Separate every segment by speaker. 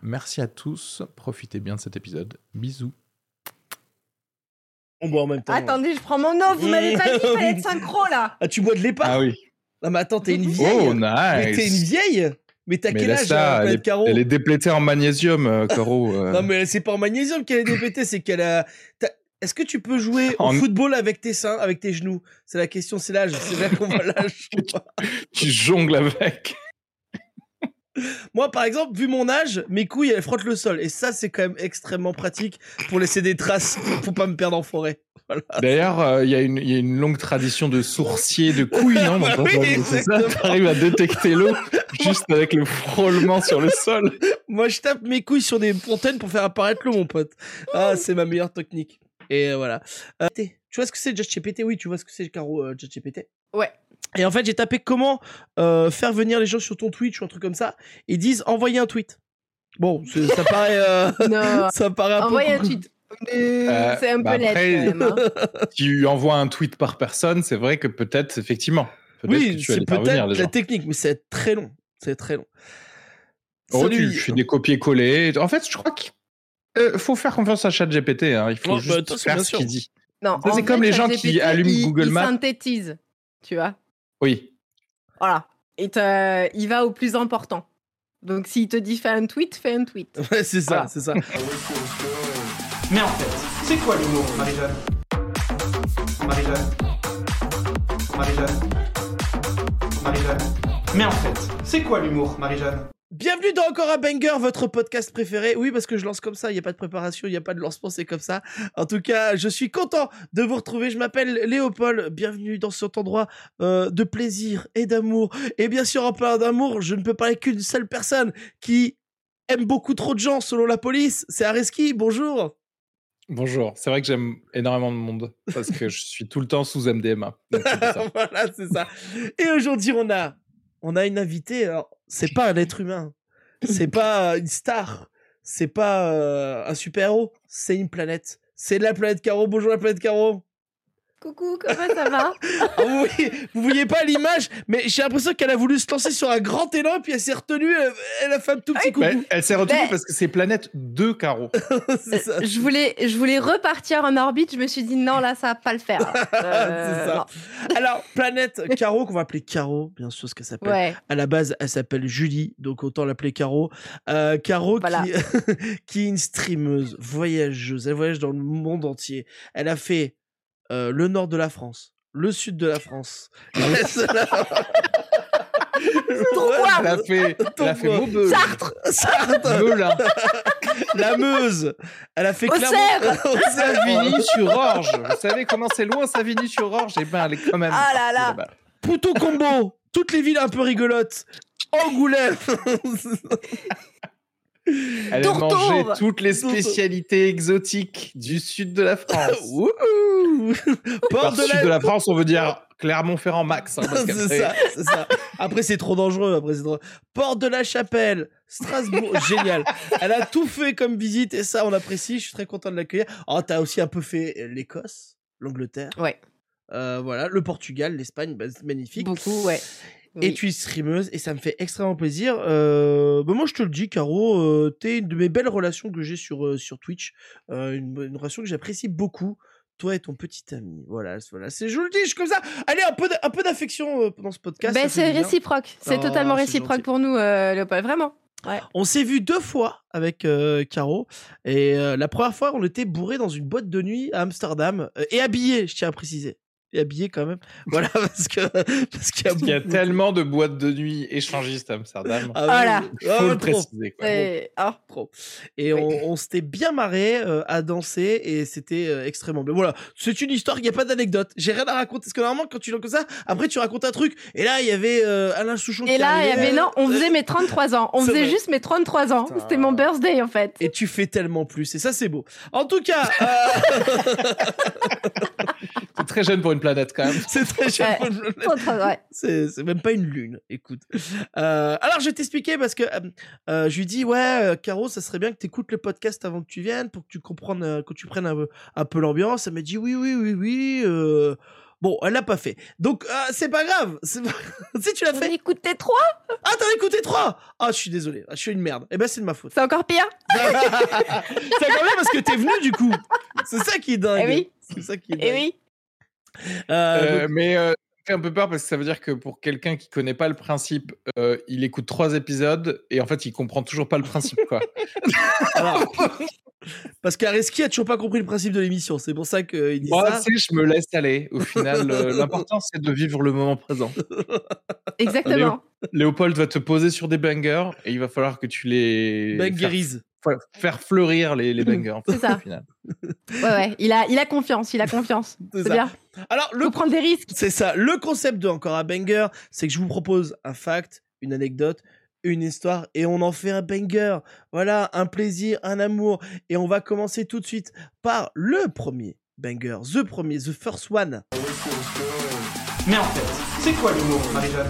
Speaker 1: Merci à tous, profitez bien de cet épisode. Bisous.
Speaker 2: On boit en même temps.
Speaker 3: Attendez, je prends mon nom, vous m'avez pas dit, il fallait être synchro là.
Speaker 2: Ah, tu bois de l'épargne
Speaker 1: oui.
Speaker 2: Non, mais attends, t'es une vieille.
Speaker 1: Oh
Speaker 2: Mais t'es une
Speaker 1: nice.
Speaker 2: vieille Mais t'as
Speaker 1: Mais
Speaker 2: quel âge,
Speaker 1: laisse-la, elle,
Speaker 2: euh, Planète
Speaker 1: est,
Speaker 2: Caro
Speaker 1: elle est déplétée en magnésium, euh, Caro. euh.
Speaker 2: Non, mais c'est pas en magnésium qu'elle est dépétée, c'est qu'elle a. t'as- Est-ce que tu peux jouer au
Speaker 1: En-
Speaker 2: football avec tes seins, avec tes genoux C'est la question, c'est l'âge. C'est là qu'on voit l'âge.
Speaker 1: Tu jongles avec.
Speaker 2: Moi, par exemple, vu mon âge, mes couilles, elles frottent le sol. Et ça, c'est quand même extrêmement pratique pour laisser des traces, pour pas me perdre en forêt.
Speaker 1: D'ailleurs, euh, il y, a une- il y a une longue tradition de sourcier de couilles, hein, non
Speaker 2: Bah
Speaker 1: dans-
Speaker 2: oui,
Speaker 1: dans- c'est ça,
Speaker 2: exactement.
Speaker 1: T'arrives à détecter l'eau juste avec le frôlement sur le sol.
Speaker 2: Moi, je tape mes couilles sur des fontaines pour faire apparaître l'eau, mon pote. Ah, c'est ma meilleure technique. Et euh, voilà. Euh, tu vois ce que c'est ChatGPT Oui, tu vois ce que c'est, Caro, euh, ChatGPT
Speaker 3: Ouais.
Speaker 2: Et en fait, j'ai tapé comment euh, faire venir les gens sur ton Twitch ou un truc comme ça. Ils disent envoyer un tweet. Bon, c'est- ça paraît, euh,
Speaker 3: Non,
Speaker 2: ça paraît un
Speaker 3: envoyez un
Speaker 2: peu.
Speaker 3: tweet. Euh, C'est un
Speaker 1: bah
Speaker 3: peu laid
Speaker 1: après-
Speaker 3: quand même. hein.
Speaker 1: tu envoies un tweet par personne, c'est vrai que peut-être, effectivement. Peut-être que
Speaker 2: Oui,
Speaker 1: tu vas
Speaker 2: c'est
Speaker 1: les faire venir,
Speaker 2: peut-être
Speaker 1: les
Speaker 2: la
Speaker 1: gens.
Speaker 2: technique, mais c'est très long. C'est très long.
Speaker 1: Oh, tu
Speaker 2: Salut.
Speaker 1: fais des copier-coller. En fait, je crois qu'il euh, faut faire confiance à ChatGPT. Hein. Il faut
Speaker 2: Oh, bah,
Speaker 1: juste
Speaker 2: attention,
Speaker 1: faire
Speaker 2: bien
Speaker 1: ce
Speaker 2: sûr.
Speaker 1: qu'il dit.
Speaker 3: Non,
Speaker 1: Ça, c'est
Speaker 3: en
Speaker 1: comme les gens
Speaker 3: ChatGPT,
Speaker 1: qui allument
Speaker 3: il-
Speaker 1: Google Maps.
Speaker 3: Il synthétise, tu vois.
Speaker 1: Oui.
Speaker 3: Voilà. Et te- il va au plus important. Donc s'il te dit fais un tweet, fais un tweet.
Speaker 2: Ouais, c'est ça,
Speaker 3: Voilà.
Speaker 2: c'est ça.
Speaker 4: Mais en fait, c'est quoi l'humour, Marie-Jeanne Marie-Jeanne Marie-Jeanne Marie-Jeanne Mais en fait, c'est quoi l'humour, Marie-Jeanne
Speaker 2: Bienvenue dans Encore un Banger, votre podcast préféré. Oui, parce que je lance comme ça, il n'y a pas de préparation, il n'y a pas de lancement, c'est comme ça. En tout cas, je suis content de vous retrouver. Je m'appelle Léopold. Bienvenue dans cet endroit euh, de plaisir et d'amour. Et bien sûr, en parlant d'amour, je ne peux parler qu'une seule personne qui aime beaucoup trop de gens, selon la police. C'est Areski, bonjour.
Speaker 1: Bonjour. C'est vrai que j'aime énormément de monde parce que je suis tout le temps sous MDMA. Donc, c'est pour ça.
Speaker 2: voilà, c'est ça. Et aujourd'hui, on a, on a une invitée. Alors, c'est pas un être humain, c'est pas euh, une star, c'est pas euh, un super héros, c'est une planète. C'est la planète Caro. Bonjour la planète Caro.
Speaker 3: Coucou, comment ça va
Speaker 2: Ah, vous, voyez, vous voyez pas l'image, mais j'ai l'impression qu'elle a voulu se lancer sur un grand élan, puis elle s'est retenue. Elle, elle a fait un tout petit coup.
Speaker 1: Mais Bah, elle s'est retenue
Speaker 3: Mais-
Speaker 1: parce que c'est planète 2 carreaux.
Speaker 2: c'est ça.
Speaker 3: Euh, je voulais, je voulais repartir en orbite, je me suis dit non, là, ça va pas le faire. Euh,
Speaker 2: C'est ça. Alors, planète Caro, qu'on va appeler Caro, bien sûr, ce qu'elle
Speaker 3: non.
Speaker 2: s'appelle.
Speaker 3: Ouais,
Speaker 2: À la base, elle s'appelle Julie, donc autant l'appeler Caro. Euh, Caro
Speaker 3: Voilà.
Speaker 2: qui, qui est une streameuse, voyageuse. Elle voyage dans le monde entier. Elle a fait euh, le nord de la France, le sud de la France. L'est de la-
Speaker 3: Ah
Speaker 1: Elle a fait, elle a fait
Speaker 2: Pourquoi
Speaker 1: Maubeuge,
Speaker 3: Sartre,
Speaker 2: Sarthe,
Speaker 1: Melun,
Speaker 2: la Meuse. Elle a fait
Speaker 3: Auxerre.
Speaker 2: Auxerre, Vigny.
Speaker 1: Savigny-sur-Orge. Vous savez comment c'est loin, Savigny-sur-Orge Eh ben, elle est quand même.
Speaker 3: Ah là là.
Speaker 1: partie là-bas.
Speaker 2: Poutou Combo, toutes les villes un peu rigolotes. Angoulême.
Speaker 1: Elle a mangé
Speaker 3: Tourtour.
Speaker 1: toutes les
Speaker 2: Tourtour.
Speaker 1: spécialités exotiques du sud de la France.
Speaker 2: Wouhou.
Speaker 1: Par
Speaker 2: Porte de la
Speaker 1: sud de la France, on veut dire Clermont-Ferrand max. hein, parce
Speaker 2: c'est
Speaker 1: qu'après-
Speaker 2: ça, c'est ça. Après, c'est trop dangereux. Après, c'est trop... Porte de la Chapelle, Strasbourg, génial. Elle a tout fait comme visite et ça, on apprécie. Je suis très content de l'accueillir. Oh, t'as aussi un peu fait l'Écosse, l'Angleterre.
Speaker 3: Ouais.
Speaker 2: Euh, voilà, le Portugal, l'Espagne, bah, c'est magnifique.
Speaker 3: beaucoup, ouais.
Speaker 2: Et
Speaker 3: Oui.
Speaker 2: tu es streameuse et ça me fait extrêmement plaisir. Euh, bah moi, je te le dis, Caro, euh, t'es une de mes belles relations que j'ai sur, euh, sur Twitch. Euh, une, une relation que j'apprécie beaucoup. Toi et ton petit ami. Voilà, c'est- voilà. c'est je vous le dis, je suis comme ça. Allez, un peu d- un peu d'affection euh, dans ce podcast. ça
Speaker 3: Ben,
Speaker 2: fait
Speaker 3: c'est
Speaker 2: du bien.
Speaker 3: réciproque, c'est
Speaker 2: Oh,
Speaker 3: totalement
Speaker 2: c'est
Speaker 3: réciproque
Speaker 2: gentil.
Speaker 3: pour nous, euh, Léopold, vraiment.
Speaker 2: On s'est vu deux fois avec euh, Caro. Et euh, la première fois, on était bourré dans une boîte de nuit à Amsterdam euh, et habillé, je tiens à préciser. et habillé quand même. Voilà, parce que parce qu'il y a,
Speaker 1: Il y a
Speaker 2: beaucoup-
Speaker 1: tellement de boîtes de nuit échangistes à Amsterdam.
Speaker 2: Ah oui,
Speaker 3: Voilà.
Speaker 2: oui, oui.
Speaker 1: Faut
Speaker 2: Ah,
Speaker 1: le
Speaker 2: trop.
Speaker 1: préciser. quoi.
Speaker 3: Et- ah.
Speaker 2: trop. Et on, on s'était bien marré euh, à danser et c'était euh, extrêmement bien. Voilà, c'est une histoire, il n'y a pas d'anecdote. J'ai rien à raconter. Parce que normalement, quand tu l'as comme ça, après tu racontes un truc. Et là, il y avait euh, Alain Souchon
Speaker 3: Et
Speaker 2: qui
Speaker 3: là, il y
Speaker 2: arrivait.
Speaker 3: avait non, on faisait mes 33 ans. On
Speaker 2: C'est
Speaker 3: faisait
Speaker 2: vrai.
Speaker 3: juste mes 33 ans.
Speaker 1: Putain.
Speaker 3: C'était mon birthday en fait.
Speaker 2: Et tu fais tellement plus. Et ça, c'est beau. En tout cas, euh,
Speaker 1: C'est très jeune pour une planète quand même.
Speaker 2: c'est très cher.
Speaker 3: Ouais. Trop, trop- ouais.
Speaker 2: C'est c'est même pas une lune, écoute. Euh, alors, je vais t'expliquer parce que euh, euh, je lui dis Ouais, euh, Caro, ça serait bien que tu écoutes le podcast avant que tu viennes pour que tu comprennes, euh, que tu prennes un, peu- un peu l'ambiance. Elle me dit Oui, oui, oui, oui. euh. Bon, elle l'a pas fait. Donc, euh, c'est pas grave. c'est pas- si tu l'as
Speaker 3: On
Speaker 2: fait.
Speaker 3: écoutait trois.
Speaker 2: Ah, t'en as écouté trois Ah, je suis désolé. Ah, Je suis une merde. Eh ben, c'est de ma faute.
Speaker 3: C'est encore pire.
Speaker 2: c'est quand même parce que t'es venu du coup. C'est ça qui est dingue.
Speaker 3: Eh oui.
Speaker 2: C'est ça qui est dingue.
Speaker 3: Et oui.
Speaker 2: Euh,
Speaker 1: Euh, mais euh, ça fait un peu peur parce que ça veut dire que pour quelqu'un qui connaît pas le principe, euh, il écoute trois épisodes et en fait il comprend toujours pas le principe quoi.
Speaker 2: Alors, parce qu'Areski a toujours pas compris le principe de l'émission, c'est pour ça qu'il dit
Speaker 1: Moi,
Speaker 2: ça.
Speaker 1: tu sais, je me laisse aller. Au final, euh, l'important c'est de vivre le moment présent.
Speaker 3: Exactement.
Speaker 1: Léopold va te poser sur des bangers et il va falloir que tu
Speaker 2: Ben
Speaker 1: les faire,
Speaker 2: Bangerise.
Speaker 1: fa- faire fleurir les, les bangers. en fait,
Speaker 3: C'est ça.
Speaker 1: au final.
Speaker 3: Ouais, ouais. Il a, il a confiance. Il a confiance.
Speaker 2: C'est
Speaker 3: C'est
Speaker 2: ça.
Speaker 3: bien.
Speaker 2: Alors, le,
Speaker 3: Faut prendre des risques.
Speaker 2: c'est ça. Le concept de Encore un banger, c'est que je vous propose un fact, une anecdote, une histoire, et on en fait un banger. Voilà, un plaisir, un amour. Et on va commencer tout de suite par le premier banger, the premier, the first one.
Speaker 4: Mais en fait, c'est quoi l'humour, Marie-Jeanne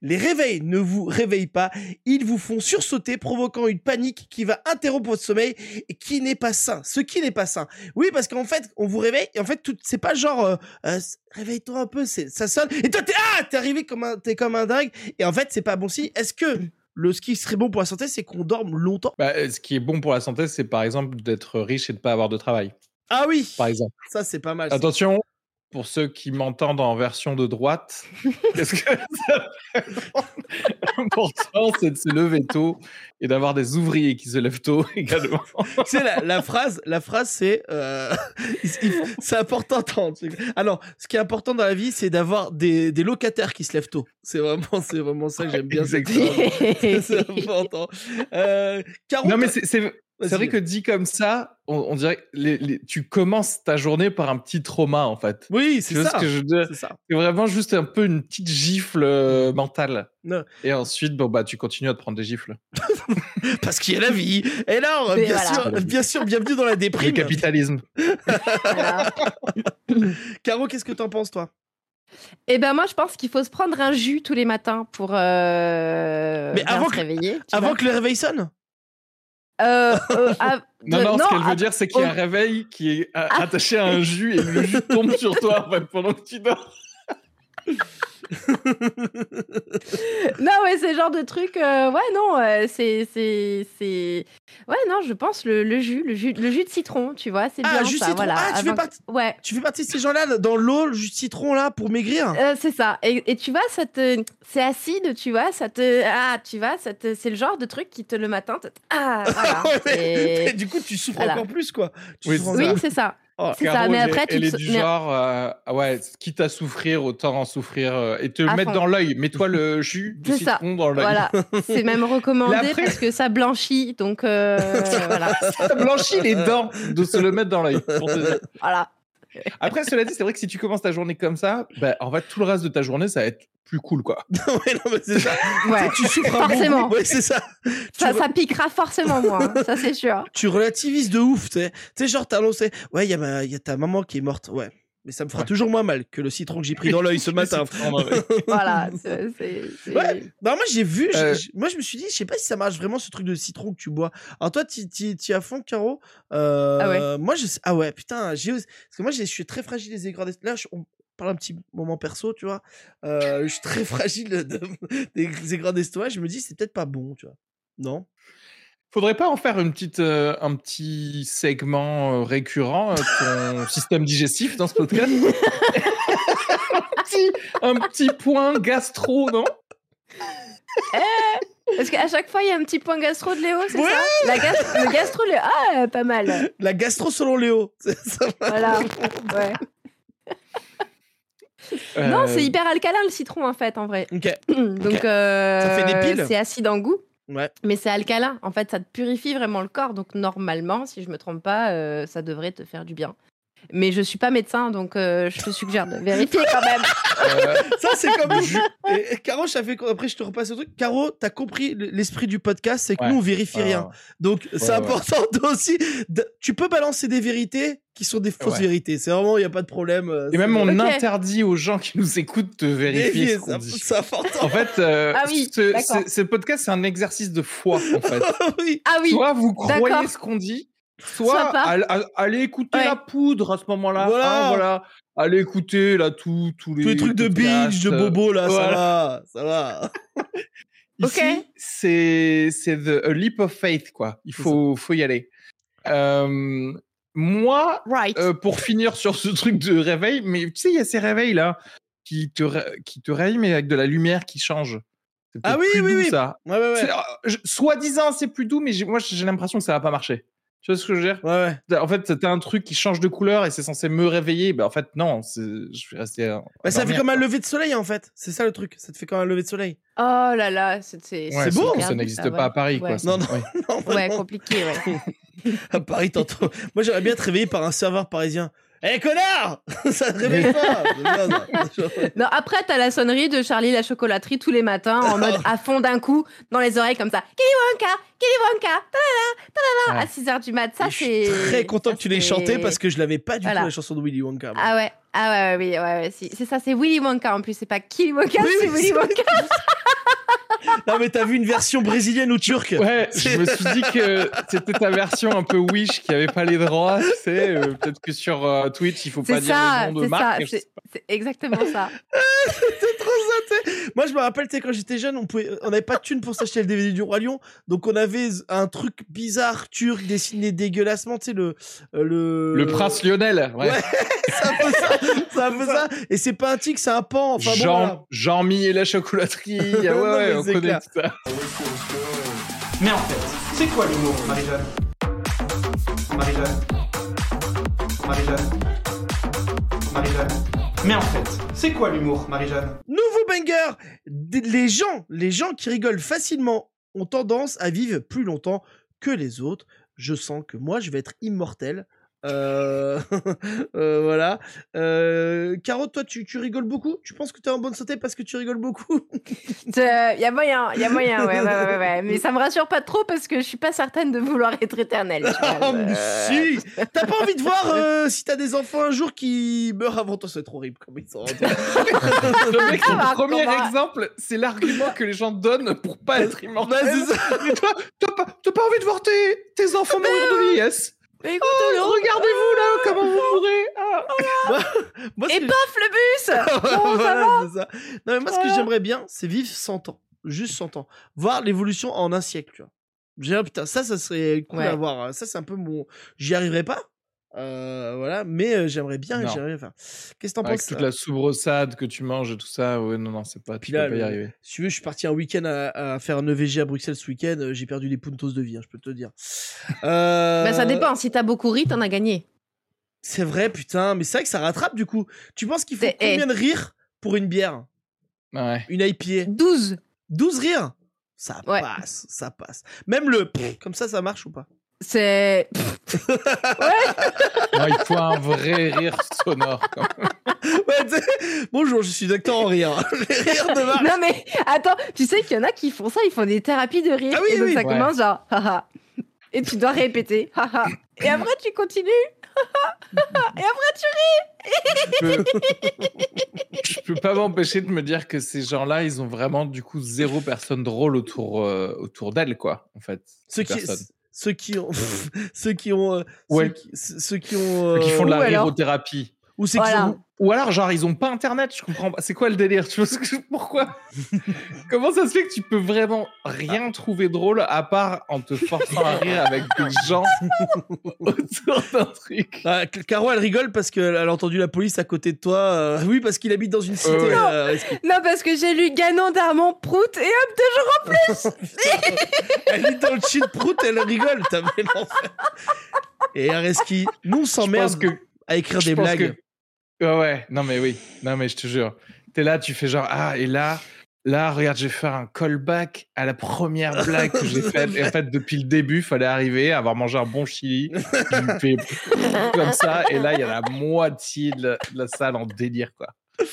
Speaker 2: Les réveils ne vous réveillent pas, ils vous font sursauter, provoquant une panique qui va interrompre votre sommeil et qui n'est pas sain. Ce qui n'est pas sain. Oui, parce qu'en fait, on vous réveille et en fait, tout- c'est pas genre euh, euh, s- réveille-toi un peu, c'est ça sonne et toi t'es ah t'es arrivé comme un t'es comme un dingue et en fait c'est pas bon signe. Est-ce que le ce qui serait bon pour la santé, c'est qu'on dorme longtemps
Speaker 1: Bah, euh, ce qui est bon pour la santé, c'est par exemple d'être riche et de pas avoir de travail.
Speaker 2: Ah oui,
Speaker 1: Par exemple.
Speaker 2: ça c'est pas mal. ça.
Speaker 1: Attention, pour ceux qui m'entendent en version de droite, qu'est-ce que ça L'important, c'est de se lever tôt et d'avoir des ouvriers qui se lèvent tôt également.
Speaker 2: tu sais, la, la phrase, la phrase, c'est, euh, il- il- c'est important d'entendre. Alors, Ah ce qui est important dans la vie, c'est d'avoir des, des locataires qui se lèvent tôt. C'est vraiment, c'est vraiment ça que j'aime bien. cette phrase. c'est important. Euh, Caro,
Speaker 1: Non, mais
Speaker 2: t'as-
Speaker 1: c'est- c'est c'est vrai
Speaker 2: vas-y.
Speaker 1: que dit comme ça, on, on dirait que les- les- tu commences ta journée par un petit trauma en fait.
Speaker 2: oui,
Speaker 1: Tu
Speaker 2: c'est
Speaker 1: vois
Speaker 2: ça.
Speaker 1: ce que je veux dire
Speaker 2: C'est ça.
Speaker 1: C'est vraiment juste un peu une petite gifle euh, mentale.
Speaker 2: Non.
Speaker 1: Et ensuite, bon, bah, tu continues à te prendre des gifles.
Speaker 2: Parce qu'il y a la vie. Et là, on-
Speaker 3: Mais
Speaker 2: bien,
Speaker 3: voilà.
Speaker 2: sûr, bien sûr, bienvenue dans la
Speaker 1: Le
Speaker 2: déprime.
Speaker 1: capitalisme.
Speaker 3: Voilà.
Speaker 2: Caro, qu'est-ce que t'en penses, toi
Speaker 3: Eh ben moi je pense qu'il faut se prendre un jus tous les matins pour euh,
Speaker 2: Mais
Speaker 3: bien
Speaker 2: avant
Speaker 3: se
Speaker 2: que-
Speaker 3: réveiller. tu
Speaker 2: Avant
Speaker 3: vois.
Speaker 2: que le réveil sonne
Speaker 3: Euh, euh, av-
Speaker 1: Non,
Speaker 3: de-
Speaker 1: non, ce qu'elle
Speaker 3: av-
Speaker 1: veut dire, c'est qu'il y a
Speaker 3: oh.
Speaker 1: un réveil qui est euh,
Speaker 3: Ah.
Speaker 1: attaché à un jus et le jus tombe sur toi en fait, pendant que tu dors.
Speaker 3: Non, ouais, c'est le genre de truc. euh, ouais, non, euh, c'est, c'est, c'est. Ouais, non, je pense le, le jus, le jus, le jus de citron, tu vois, c'est
Speaker 2: Ah,
Speaker 3: bien
Speaker 2: jus de
Speaker 3: ça.
Speaker 2: citron.
Speaker 3: Voilà.
Speaker 2: Ah, tu fais
Speaker 3: que-
Speaker 2: partie-
Speaker 3: Ouais.
Speaker 2: Tu fais partie de ces gens-là dans l'eau, le jus de citron là pour maigrir
Speaker 3: Euh, c'est ça. Et, et tu vois, ça te, c'est acide, tu vois, ça te, ah, tu vois, ça te, c'est le genre de truc qui te le matin, te- ah, voilà.
Speaker 2: Ouais, mais- mais
Speaker 3: c'est-
Speaker 2: du coup, tu souffres
Speaker 3: Voilà.
Speaker 2: encore plus, quoi. Tu
Speaker 1: Oui,
Speaker 2: souffres
Speaker 3: Oui,
Speaker 2: encore-
Speaker 3: c'est ça.
Speaker 2: Oh,
Speaker 3: c'est ça.
Speaker 1: Caro,
Speaker 3: Mais
Speaker 1: elle
Speaker 3: après,
Speaker 1: est-
Speaker 3: tu
Speaker 1: elle
Speaker 3: te
Speaker 1: est du
Speaker 3: mais-
Speaker 1: genre, euh, ah ouais, quitte à souffrir, autant en souffrir euh, et te
Speaker 3: À
Speaker 1: mettre
Speaker 3: fond.
Speaker 1: dans l'œil. Mets-toi le jus du
Speaker 3: C'est ça.
Speaker 1: citron dans l'œil.
Speaker 3: Voilà, c'est même
Speaker 1: Mais
Speaker 3: recommandé
Speaker 1: après-
Speaker 3: parce que ça blanchit, donc euh, voilà.
Speaker 1: Ça blanchit les dents de se le mettre dans l'œil. pour te dire.
Speaker 3: voilà.
Speaker 1: Après, cela dit, c'est vrai que si tu commences ta journée comme ça, bah, en fait, tout le reste de ta journée, ça va être plus cool, quoi.
Speaker 2: Ouais, non, mais c'est ça.
Speaker 3: Ouais.
Speaker 2: Tu souffres un bon
Speaker 3: Forcément.
Speaker 2: coup. Ouais, c'est ça.
Speaker 3: Ça,
Speaker 2: tu-
Speaker 3: ça piquera forcément moins, hein, ça c'est sûr.
Speaker 2: Tu relativises de ouf, tu sais. Tu sais, genre, t'as annoncé, ouais, il y, a ma- y a ta maman qui est morte, ouais. Mais ça me fera
Speaker 1: Ouais.
Speaker 2: toujours moins mal que le citron que j'ai pris dans l'œil ce matin.
Speaker 3: Voilà. c'est- c'est- c'est-
Speaker 2: Ouais. Non, moi, j'ai vu, j'ai-
Speaker 1: Euh.
Speaker 2: j'ai- moi, je me suis dit, je sais pas si ça marche vraiment ce truc de citron que tu bois. Alors, toi, t'y- t'y t'y es à fond, Caro. Euh,
Speaker 3: Ah ouais.
Speaker 2: Moi, je sais- ah ouais, putain, j'ai osé- Parce que moi, j'ai- je suis très fragile des aigreurs d'esprit. Là, je- on parle un petit moment perso, tu vois. Euh, je suis très fragile de- des aigreurs d'estomac. Je me dis, c'est peut-être pas bon, tu vois. Non.
Speaker 1: Faudrait pas en faire une petite, euh, un petit segment euh, récurrent, euh, ton système digestif dans ce podcast un, petit, un petit point gastro, non
Speaker 3: Parce qu'à chaque fois, il y a un petit point gastro de Léo, c'est
Speaker 2: Ouais.
Speaker 3: ça La gas- Le gastro, Léo. Ah, pas mal.
Speaker 2: La gastro selon Léo. C'est ça.
Speaker 3: Voilà. Ouais. Non,
Speaker 1: Euh,
Speaker 3: c'est hyper alcalin le citron en fait, en vrai.
Speaker 2: Ok.
Speaker 3: Donc, euh,
Speaker 2: Ça fait des piles
Speaker 3: c'est acide en goût,
Speaker 2: Ouais.
Speaker 3: mais c'est alcalin. En fait, ça te purifie vraiment le corps. Donc, normalement, si je me trompe pas, euh, ça devrait te faire du bien. Mais je suis pas médecin, donc euh, je te suggère de vérifier quand même.
Speaker 1: euh,
Speaker 2: Ça, c'est comme. Et, et Caro, je t'avais- Après, je te repasse le truc. Caro, t'as compris le- l'esprit du podcast, c'est que
Speaker 1: Ouais.
Speaker 2: nous, on vérifie rien. Donc, c'est
Speaker 1: ouais.
Speaker 2: important aussi. de- Tu peux balancer des vérités qui sont des fausses
Speaker 1: Ouais.
Speaker 2: vérités. C'est vraiment, il n'y a pas de problème. euh,
Speaker 1: Et même on
Speaker 3: Ok.
Speaker 1: interdit aux gens qui nous écoutent de
Speaker 2: c'est-
Speaker 1: vérifier ce
Speaker 2: c'est-
Speaker 1: qu'on dit.
Speaker 2: C'est important.
Speaker 1: En fait, euh,
Speaker 3: Ah oui,
Speaker 1: ce,
Speaker 3: d'accord.
Speaker 1: ce- ce podcast, c'est un exercice de foi, en fait.
Speaker 2: oui.
Speaker 3: Ah oui,
Speaker 1: Soit vous
Speaker 3: d'accord.
Speaker 1: croyez ce qu'on dit, soit,
Speaker 3: Soit pas.
Speaker 1: al- al- allez écouter
Speaker 3: Ouais.
Speaker 1: la poudre à ce moment-là.
Speaker 2: Voilà.
Speaker 1: hein, voilà. Allez écouter là tout, tous les,
Speaker 2: Tous les trucs de
Speaker 1: podcasts,
Speaker 2: binge, de
Speaker 1: euh,
Speaker 2: bobo, là, ça
Speaker 1: voilà.
Speaker 2: va. Ça va.
Speaker 1: Ici,
Speaker 3: Ok.
Speaker 1: c'est c'est the a leap of faith quoi. Il
Speaker 2: C'est
Speaker 1: faut faut y aller. Euh, moi,
Speaker 3: right.
Speaker 1: euh, pour finir sur ce truc de réveil, mais tu sais, il y a ces réveils là qui te ré- qui te réveillent mais avec de la lumière qui change. C'est
Speaker 2: Ah
Speaker 1: peut-être
Speaker 2: oui,
Speaker 1: plus
Speaker 2: oui,
Speaker 1: doux,
Speaker 2: oui.
Speaker 1: Ça.
Speaker 2: Ouais, ouais, ouais.
Speaker 1: C'est- euh, je- Soi-disant, c'est plus doux, mais j'ai- moi, j'ai l'impression que ça va pas marcher. Tu vois ce que je veux dire
Speaker 2: Ouais, ouais.
Speaker 1: En fait, t'as un truc qui change de couleur et c'est censé me réveiller. Ben, en fait, non, c'est- je euh, vais rester. à- à
Speaker 2: Bah, ça fait
Speaker 1: dormir,
Speaker 2: comme un
Speaker 1: quoi.
Speaker 2: lever de soleil, en fait. C'est ça le truc. Ça te fait comme un lever de soleil.
Speaker 3: Oh là là, c'est c'est
Speaker 1: Ouais,
Speaker 2: c'est
Speaker 1: sauf
Speaker 2: beau. hein.
Speaker 1: que
Speaker 3: perdu,
Speaker 1: Ça n'existe
Speaker 3: ça,
Speaker 1: pas
Speaker 3: Ah ouais.
Speaker 1: à Paris,
Speaker 3: Ouais.
Speaker 1: quoi. ça.
Speaker 2: Non, non.
Speaker 1: Ouais.
Speaker 2: Non,
Speaker 3: Ouais,
Speaker 2: vraiment.
Speaker 3: compliqué, ouais.
Speaker 2: à Paris tantôt. Moi, j'aimerais bien être réveillé par un serveur parisien. Hé, connard Ça te réveille pas J'aime bien, ça.
Speaker 3: Non, après, t'as la sonnerie de Charlie la chocolaterie tous les matins en mode à fond d'un coup dans les oreilles comme ça. Kelly Wonka, Kelly Wonka, ta-da-da, ta-da-da,
Speaker 1: Ouais.
Speaker 3: à 6 h du mat. Ça,
Speaker 2: Et je
Speaker 3: c'est.
Speaker 2: suis très content
Speaker 3: ça,
Speaker 2: que tu l'aies
Speaker 3: c'est-
Speaker 2: chanté parce que je l'avais pas du
Speaker 3: Voilà.
Speaker 2: tout la chanson de Willy Wonka. moi.
Speaker 3: Ah ouais, ah ouais, ouais, oui, ouais, ouais, si. c'est ça, c'est Willy Wonka en plus, c'est pas Kelly Wonka,
Speaker 2: Oui,
Speaker 3: c'est
Speaker 2: oui,
Speaker 3: Willy
Speaker 2: c'est-
Speaker 3: Wonka.
Speaker 2: Non mais t'as vu une version brésilienne ou turque
Speaker 1: Ouais, je me suis dit que c'était ta version un peu Wish qui avait pas les droits, tu sais. euh, Peut-être que sur euh, Twitch, il faut pas
Speaker 3: C'est
Speaker 1: dire
Speaker 3: ça,
Speaker 1: le nom de
Speaker 3: c'est ça,
Speaker 1: marque. je
Speaker 3: c'est
Speaker 1: sais
Speaker 3: c'est exactement ça.
Speaker 2: Moi je me rappelle, tu sais, quand j'étais jeune, on pouvait, on avait pas de thunes pour s'acheter le DVD du Roi Lion, donc on avait un truc bizarre turc dessiné dégueulassement, tu sais le euh,
Speaker 1: pas.
Speaker 2: le
Speaker 1: Le prince Lionel, ouais.
Speaker 2: Ouais, C'est un peu ça, c'est un peu ça. Et c'est pas un tic, c'est un pan. Enfin bon,
Speaker 1: Jean,
Speaker 2: voilà.
Speaker 1: Jean-Mi et la chocolaterie. ah ouais,
Speaker 2: Non,
Speaker 1: ouais,
Speaker 2: mais
Speaker 1: on
Speaker 2: c'est
Speaker 1: connaît
Speaker 2: clair.
Speaker 1: tout ça.
Speaker 4: Mais en fait, c'est quoi l'humour, Marie-Jeanne Marie-Jeanne Marie-Jeanne Marie-Jeanne Mais en fait, c'est quoi l'humour, Marie-Jeanne
Speaker 2: Nouveau banger D- Les gens, les gens qui rigolent facilement ont tendance à vivre plus longtemps que les autres. Je sens que moi, je vais être immortel. Euh, euh, voilà. Euh, Caro, toi, tu, tu rigoles beaucoup Tu penses que tu es en bonne santé parce que tu rigoles beaucoup
Speaker 3: Il y a moyen, il y a moyen, ouais, ouais, ouais, ouais, ouais. Mais ça me rassure pas trop parce que je suis pas certaine de vouloir être éternelle. tu vois,
Speaker 2: Ah, mais
Speaker 3: euh,
Speaker 2: si T'as pas envie de voir euh, si t'as des enfants un jour qui meurent avant toi C'est trop horrible comme ils sont.
Speaker 1: Le mec, son
Speaker 3: Ah,
Speaker 1: premier
Speaker 3: comment-
Speaker 1: exemple, c'est l'argument que les gens donnent pour pas être immortel.
Speaker 2: Ouais, Bah, c'est
Speaker 1: Mais toi, t'as pas, t'as pas envie de voir tes, tes enfants mourir de vieillesse
Speaker 3: Mais écoute,
Speaker 1: Oh,
Speaker 3: on-
Speaker 1: Regardez-vous là, comment vous mourrez Ah.
Speaker 2: Moi, ce
Speaker 3: Et
Speaker 2: que-
Speaker 3: paf
Speaker 2: Euh,
Speaker 3: le bus Bon, ça
Speaker 2: Voilà, c'est ça. Non, mais moi, ce que
Speaker 3: Voilà.
Speaker 2: j'aimerais bien, c'est vivre 100 ans. Juste 100 ans. Voir l'évolution en un siècle, tu vois. J'ai un putain, ça, ça serait cool
Speaker 3: Ouais.
Speaker 2: à voir. hein. Ça, c'est un peu mon. J'y arriverai pas. Euh, voilà, mais euh, j'aimerais bien et
Speaker 1: Non.
Speaker 2: j'y arriverai pas. Qu'est-ce que t'en
Speaker 1: Avec
Speaker 2: penses
Speaker 1: toute
Speaker 2: là
Speaker 1: la soubrossade que tu manges et tout ça, ouais, non, non, c'est pas,
Speaker 2: Puis
Speaker 1: tu
Speaker 2: là,
Speaker 1: peux pas y
Speaker 2: le-
Speaker 1: arriver.
Speaker 2: Si tu veux, je suis parti un week-end à, à faire un EVG à Bruxelles ce week-end. euh, J'ai perdu des puntos de vie, hein, je peux te le dire. Euh,
Speaker 3: Bah, ça dépend, si t'as beaucoup ri, t'en as gagné.
Speaker 2: C'est vrai, putain, mais c'est vrai que ça rattrape du coup. Tu penses qu'il faut
Speaker 3: C'est- eh.
Speaker 2: combien de rires pour une bière
Speaker 1: Ouais.
Speaker 2: Une IPA
Speaker 3: 12
Speaker 2: 12 rires Ça
Speaker 3: Ouais.
Speaker 2: passe, ça passe. Même le pff, comme ça, ça marche ou pas
Speaker 3: C'est.
Speaker 1: Ouais, il faut un vrai rire sonore. quand même.
Speaker 2: Ouais, tu sais, Bonjour, je suis docteur en rire. Les rires de Marc.
Speaker 3: non mais attends, tu sais qu'il y en a qui font ça, ils font des thérapies de rire.
Speaker 2: Ah oui,
Speaker 3: et donc
Speaker 2: oui.
Speaker 3: ça
Speaker 1: Ouais.
Speaker 3: commence genre. haha. Et tu dois répéter. haha. et après tu continues. et après tu.
Speaker 1: Je peux, je peux pas m'empêcher de me dire que ces gens-là, ils ont vraiment du coup zéro personne drôle autour, euh, autour d'elle, quoi, en fait.
Speaker 2: Ceux qui,
Speaker 1: personne.
Speaker 2: ceux qui ont, ceux qui ont, euh,
Speaker 1: Ouais.
Speaker 2: ceux, qui, ceux qui ont, euh,
Speaker 1: Ceux qui font de la
Speaker 3: ou alors-
Speaker 1: rirothérapie.
Speaker 2: ou c'est
Speaker 3: Voilà.
Speaker 1: Ou alors, genre, ils ont pas internet, je comprends pas. C'est quoi le délire Tu vois ce que je- Pourquoi Comment ça se fait que tu peux vraiment rien trouver drôle à part en te forçant à rire avec des gens autour d'un truc
Speaker 2: Ah, Cl- Caro, elle rigole parce qu'elle a entendu la police à côté de toi. euh, oui, parce qu'il habite dans une cité.
Speaker 1: ouais.
Speaker 2: euh, risquée.
Speaker 3: Non parce que j'ai lu Ganon d'Armand Prout et hop de genre.
Speaker 2: elle est dans le shit prout, elle rigole. T'as vu l'enfer. Et Areski, nous on
Speaker 1: Je pense
Speaker 2: s'emmerde
Speaker 1: que
Speaker 2: à écrire
Speaker 1: Je
Speaker 2: des
Speaker 1: pense
Speaker 2: blagues.
Speaker 1: que- Ouais, ouais, non mais oui, non mais je te jure. T'es là, tu fais genre ah et là, là regarde, je vais faire un callback à la première blague que j'ai faite. Et en fait, depuis le début, fallait arriver à avoir mangé un bon chili, du pep- comme ça. Et là, il y a la moitié de la, de la salle en délire quoi.
Speaker 3: Euh,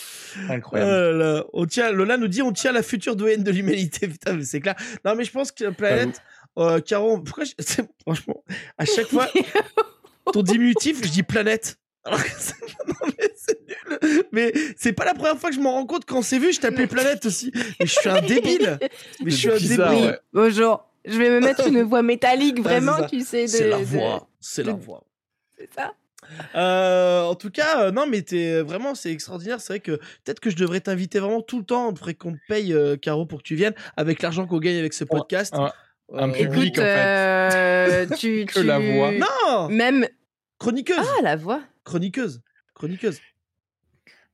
Speaker 1: Incroyable.
Speaker 2: Oh là là. On tient, Lola nous dit on tient la future doyenne de l'humanité. Putain, mais c'est clair. Non, mais je pense que planète. Euh, Caro, pourquoi je- c'est- Franchement, à chaque fois, ton diminutif, je dis planète. Alors que c'est- non, mais c'est nul. Mais c'est pas la première fois que je m'en rends compte. Quand on s'est vu, je t'appelais planète aussi. Mais je suis un débile. Mais je suis un
Speaker 1: Bizarre,
Speaker 2: débile. Ah,
Speaker 1: ouais.
Speaker 3: Bonjour. Je vais me mettre une voix métallique, vraiment,
Speaker 2: c'est ça.
Speaker 3: tu sais. De,
Speaker 2: C'est la
Speaker 3: de-
Speaker 2: voix. C'est la
Speaker 3: de-
Speaker 2: voix.
Speaker 3: C'est ça.
Speaker 2: Euh, en tout cas, euh, non, mais t'es vraiment, c'est extraordinaire. C'est vrai que peut-être que je devrais t'inviter vraiment tout le temps après qu'on te paye, euh, Caro, pour que tu viennes avec l'argent qu'on gagne avec ce podcast.
Speaker 1: un- un
Speaker 2: Euh,
Speaker 1: public.
Speaker 3: Écoute,
Speaker 1: en
Speaker 3: euh, tu,
Speaker 1: Que
Speaker 3: tu-
Speaker 1: la voix.
Speaker 2: Non,
Speaker 3: Même.
Speaker 2: chroniqueuse,
Speaker 3: Ah, la voix.
Speaker 2: chroniqueuse, chroniqueuse.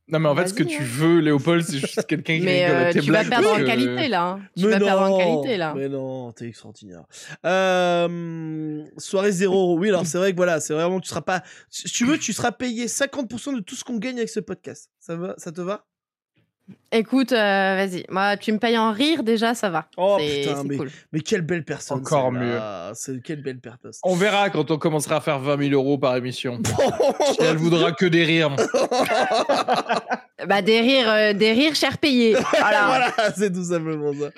Speaker 1: Non mais en fait, ce que
Speaker 3: Vas-y,
Speaker 1: tu
Speaker 3: hein.
Speaker 1: veux, Léopold, c'est juste quelqu'un qui
Speaker 3: Mais
Speaker 1: rigole à
Speaker 3: euh,
Speaker 1: tes
Speaker 3: tu vas
Speaker 1: blagues,
Speaker 3: perdre
Speaker 1: parce
Speaker 3: en
Speaker 1: que-
Speaker 3: qualité, là. hein. Tu
Speaker 2: Mais
Speaker 3: vas perdre en
Speaker 2: non,
Speaker 3: qualité, là.
Speaker 2: Mais non, t'es extraordinaire. Euh, soirée zéro. Oui, alors c'est vrai que voilà, c'est vraiment, tu seras pas. Si tu veux, tu seras payé 50% de tout ce qu'on gagne avec ce podcast. Ça va, ça te va
Speaker 3: Écoute, euh, vas-y. Moi, tu me payes en rire, déjà, ça va.
Speaker 2: Oh,
Speaker 3: c'est
Speaker 2: putain,
Speaker 3: c'est
Speaker 2: mais-
Speaker 3: cool.
Speaker 2: Mais quelle belle personne.
Speaker 1: Encore
Speaker 2: celle-là. C'est quelle belle personne.
Speaker 1: On verra quand on commencera à faire 20 000 euros par émission. Et elle voudra que des rires.
Speaker 3: Bah, des rires, euh, des rires cher payés. Voilà.
Speaker 2: voilà, c'est tout simplement ça.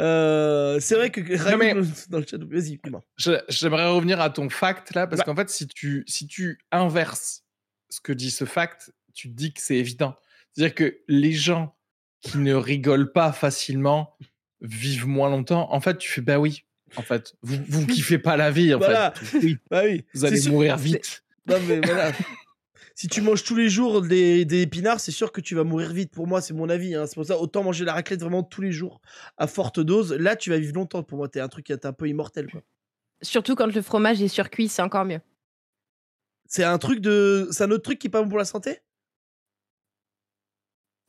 Speaker 2: Euh, c'est vrai que Raoul,
Speaker 1: mais-
Speaker 2: dans le chat, vas-y, dis-moi.
Speaker 1: Je- J'aimerais revenir à ton fact là, parce
Speaker 2: Bah.
Speaker 1: qu'en fait, si tu, si tu inverses ce que dit ce fact, tu te dis que c'est évident. C'est-à-dire que les gens qui ne rigolent pas facilement vivent moins longtemps. En fait, tu fais bah oui. En fait, vous vous kiffez pas la vie. En
Speaker 2: Voilà.
Speaker 1: fait, Oui,
Speaker 2: Bah oui,
Speaker 1: vous
Speaker 2: c'est
Speaker 1: allez
Speaker 2: sûr-
Speaker 1: mourir vite.
Speaker 2: Non, mais voilà. Si tu manges tous les jours des, des épinards, c'est sûr que tu vas mourir vite. Pour moi, c'est mon avis. hein. C'est pour ça, autant manger la raclette vraiment tous les jours à forte dose. Là, tu vas vivre longtemps. Pour moi, t'es un truc qui est un peu immortel. quoi.
Speaker 3: Surtout quand le fromage est surcuit, c'est encore mieux.
Speaker 2: C'est un truc de. C'est un autre truc qui est pas bon pour la santé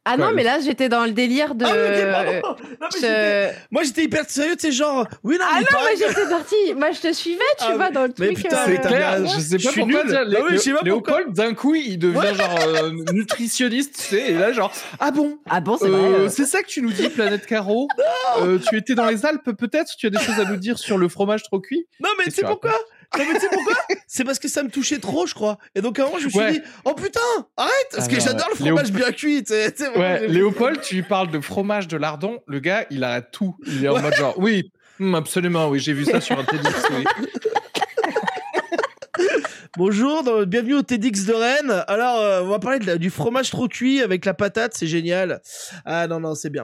Speaker 3: Ah non,
Speaker 1: Ouais.
Speaker 3: mais là, j'étais dans le délire de.
Speaker 2: Ah, ok,
Speaker 3: euh,
Speaker 2: pardon. Non, mais
Speaker 3: je-
Speaker 2: j'étais- Moi, j'étais hyper sérieux. Tu sais, genre. Oui, non,
Speaker 3: Ah
Speaker 2: mais
Speaker 3: non,
Speaker 2: pas-
Speaker 3: moi j'étais partie. Moi je te suivais, tu
Speaker 2: Ah,
Speaker 3: vois, dans le
Speaker 2: mais
Speaker 3: truc. euh,
Speaker 2: putain,
Speaker 1: C'est
Speaker 2: t'as
Speaker 1: clair,
Speaker 2: bien-
Speaker 1: je sais
Speaker 2: je
Speaker 1: pas
Speaker 2: suis
Speaker 1: pourquoi.
Speaker 2: nul.
Speaker 1: tiens,
Speaker 2: Bah oui, je sais pas
Speaker 1: Léopold, d'un coup, il devient
Speaker 2: Ouais.
Speaker 1: genre euh, nutritionniste, tu sais, et là, genre, ah bon
Speaker 3: Ah bon, c'est
Speaker 1: euh,
Speaker 3: vrai. euh.
Speaker 1: C'est ça que tu nous dis, Planète Caro Euh, Tu étais dans les Alpes, peut-être Tu as des choses à nous dire sur le fromage trop cuit
Speaker 2: Non, mais tu
Speaker 1: Qu'est-ce
Speaker 2: sais
Speaker 1: que tu
Speaker 2: pourquoi Non, mais tu sais pourquoi C'est parce que ça me touchait trop, je crois. Et donc, à un moment, je me suis
Speaker 1: Ouais.
Speaker 2: dit, oh putain, arrête Parce
Speaker 1: Ah
Speaker 2: que
Speaker 1: non,
Speaker 2: j'adore
Speaker 1: ouais.
Speaker 2: le fromage bien cuit. tu sais, tu sais, vraiment,
Speaker 1: Ouais,
Speaker 2: j'ai-
Speaker 1: Léopold, tu lui parles de fromage de lardon, le gars, il arrête tout. Il est en
Speaker 2: Ouais.
Speaker 1: mode genre, oui, hum, absolument, oui, j'ai vu ça sur un TEDx. oui.
Speaker 2: Bonjour, dans- bienvenue au TEDx de Rennes. Alors, euh, on va parler de la- du fromage trop cuit avec la patate, c'est génial. Ah non, non, c'est bien.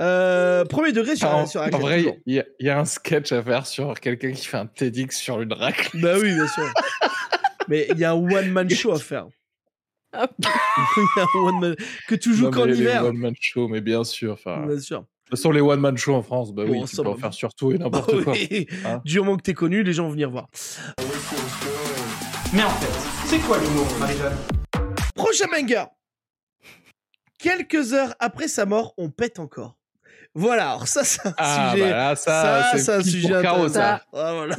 Speaker 2: Euh, premier degré sur,
Speaker 1: En,
Speaker 2: sur
Speaker 1: en
Speaker 2: la crème,
Speaker 1: vrai,
Speaker 2: toujours.
Speaker 1: il y, a- il y a un sketch à faire sur quelqu'un qui fait un TEDx sur une raclette.
Speaker 2: Bah oui, bien sûr. mais il y a un one-man show à faire.
Speaker 3: Hop.
Speaker 2: Il y a un one-man... Que tu joues
Speaker 1: Non,
Speaker 2: qu'en
Speaker 1: mais les
Speaker 2: hiver.
Speaker 1: one-man shows, mais bien sûr. enfin,
Speaker 2: Bien sûr.
Speaker 1: De toute façon, les one-man shows en France, bah oui,
Speaker 2: Bon,
Speaker 1: tu
Speaker 2: ça
Speaker 1: peux
Speaker 2: va.
Speaker 1: en faire sur tout et
Speaker 2: Bah
Speaker 1: n'importe quoi.
Speaker 2: oui.
Speaker 1: Hein.
Speaker 2: Durement que t'es connu, les gens vont venir voir.
Speaker 4: Mais en fait, c'est quoi l'humour, Marie-Jeanne
Speaker 2: Prochain banger. Quelques heures après sa mort, on pète encore. Voilà, alors ça, c'est un
Speaker 1: Ah,
Speaker 2: sujet.
Speaker 1: bah là,
Speaker 2: ça,
Speaker 1: ça,
Speaker 2: c'est un
Speaker 1: pile pour
Speaker 2: sujet
Speaker 1: Caro, ça.
Speaker 2: intéressant. Ah, voilà.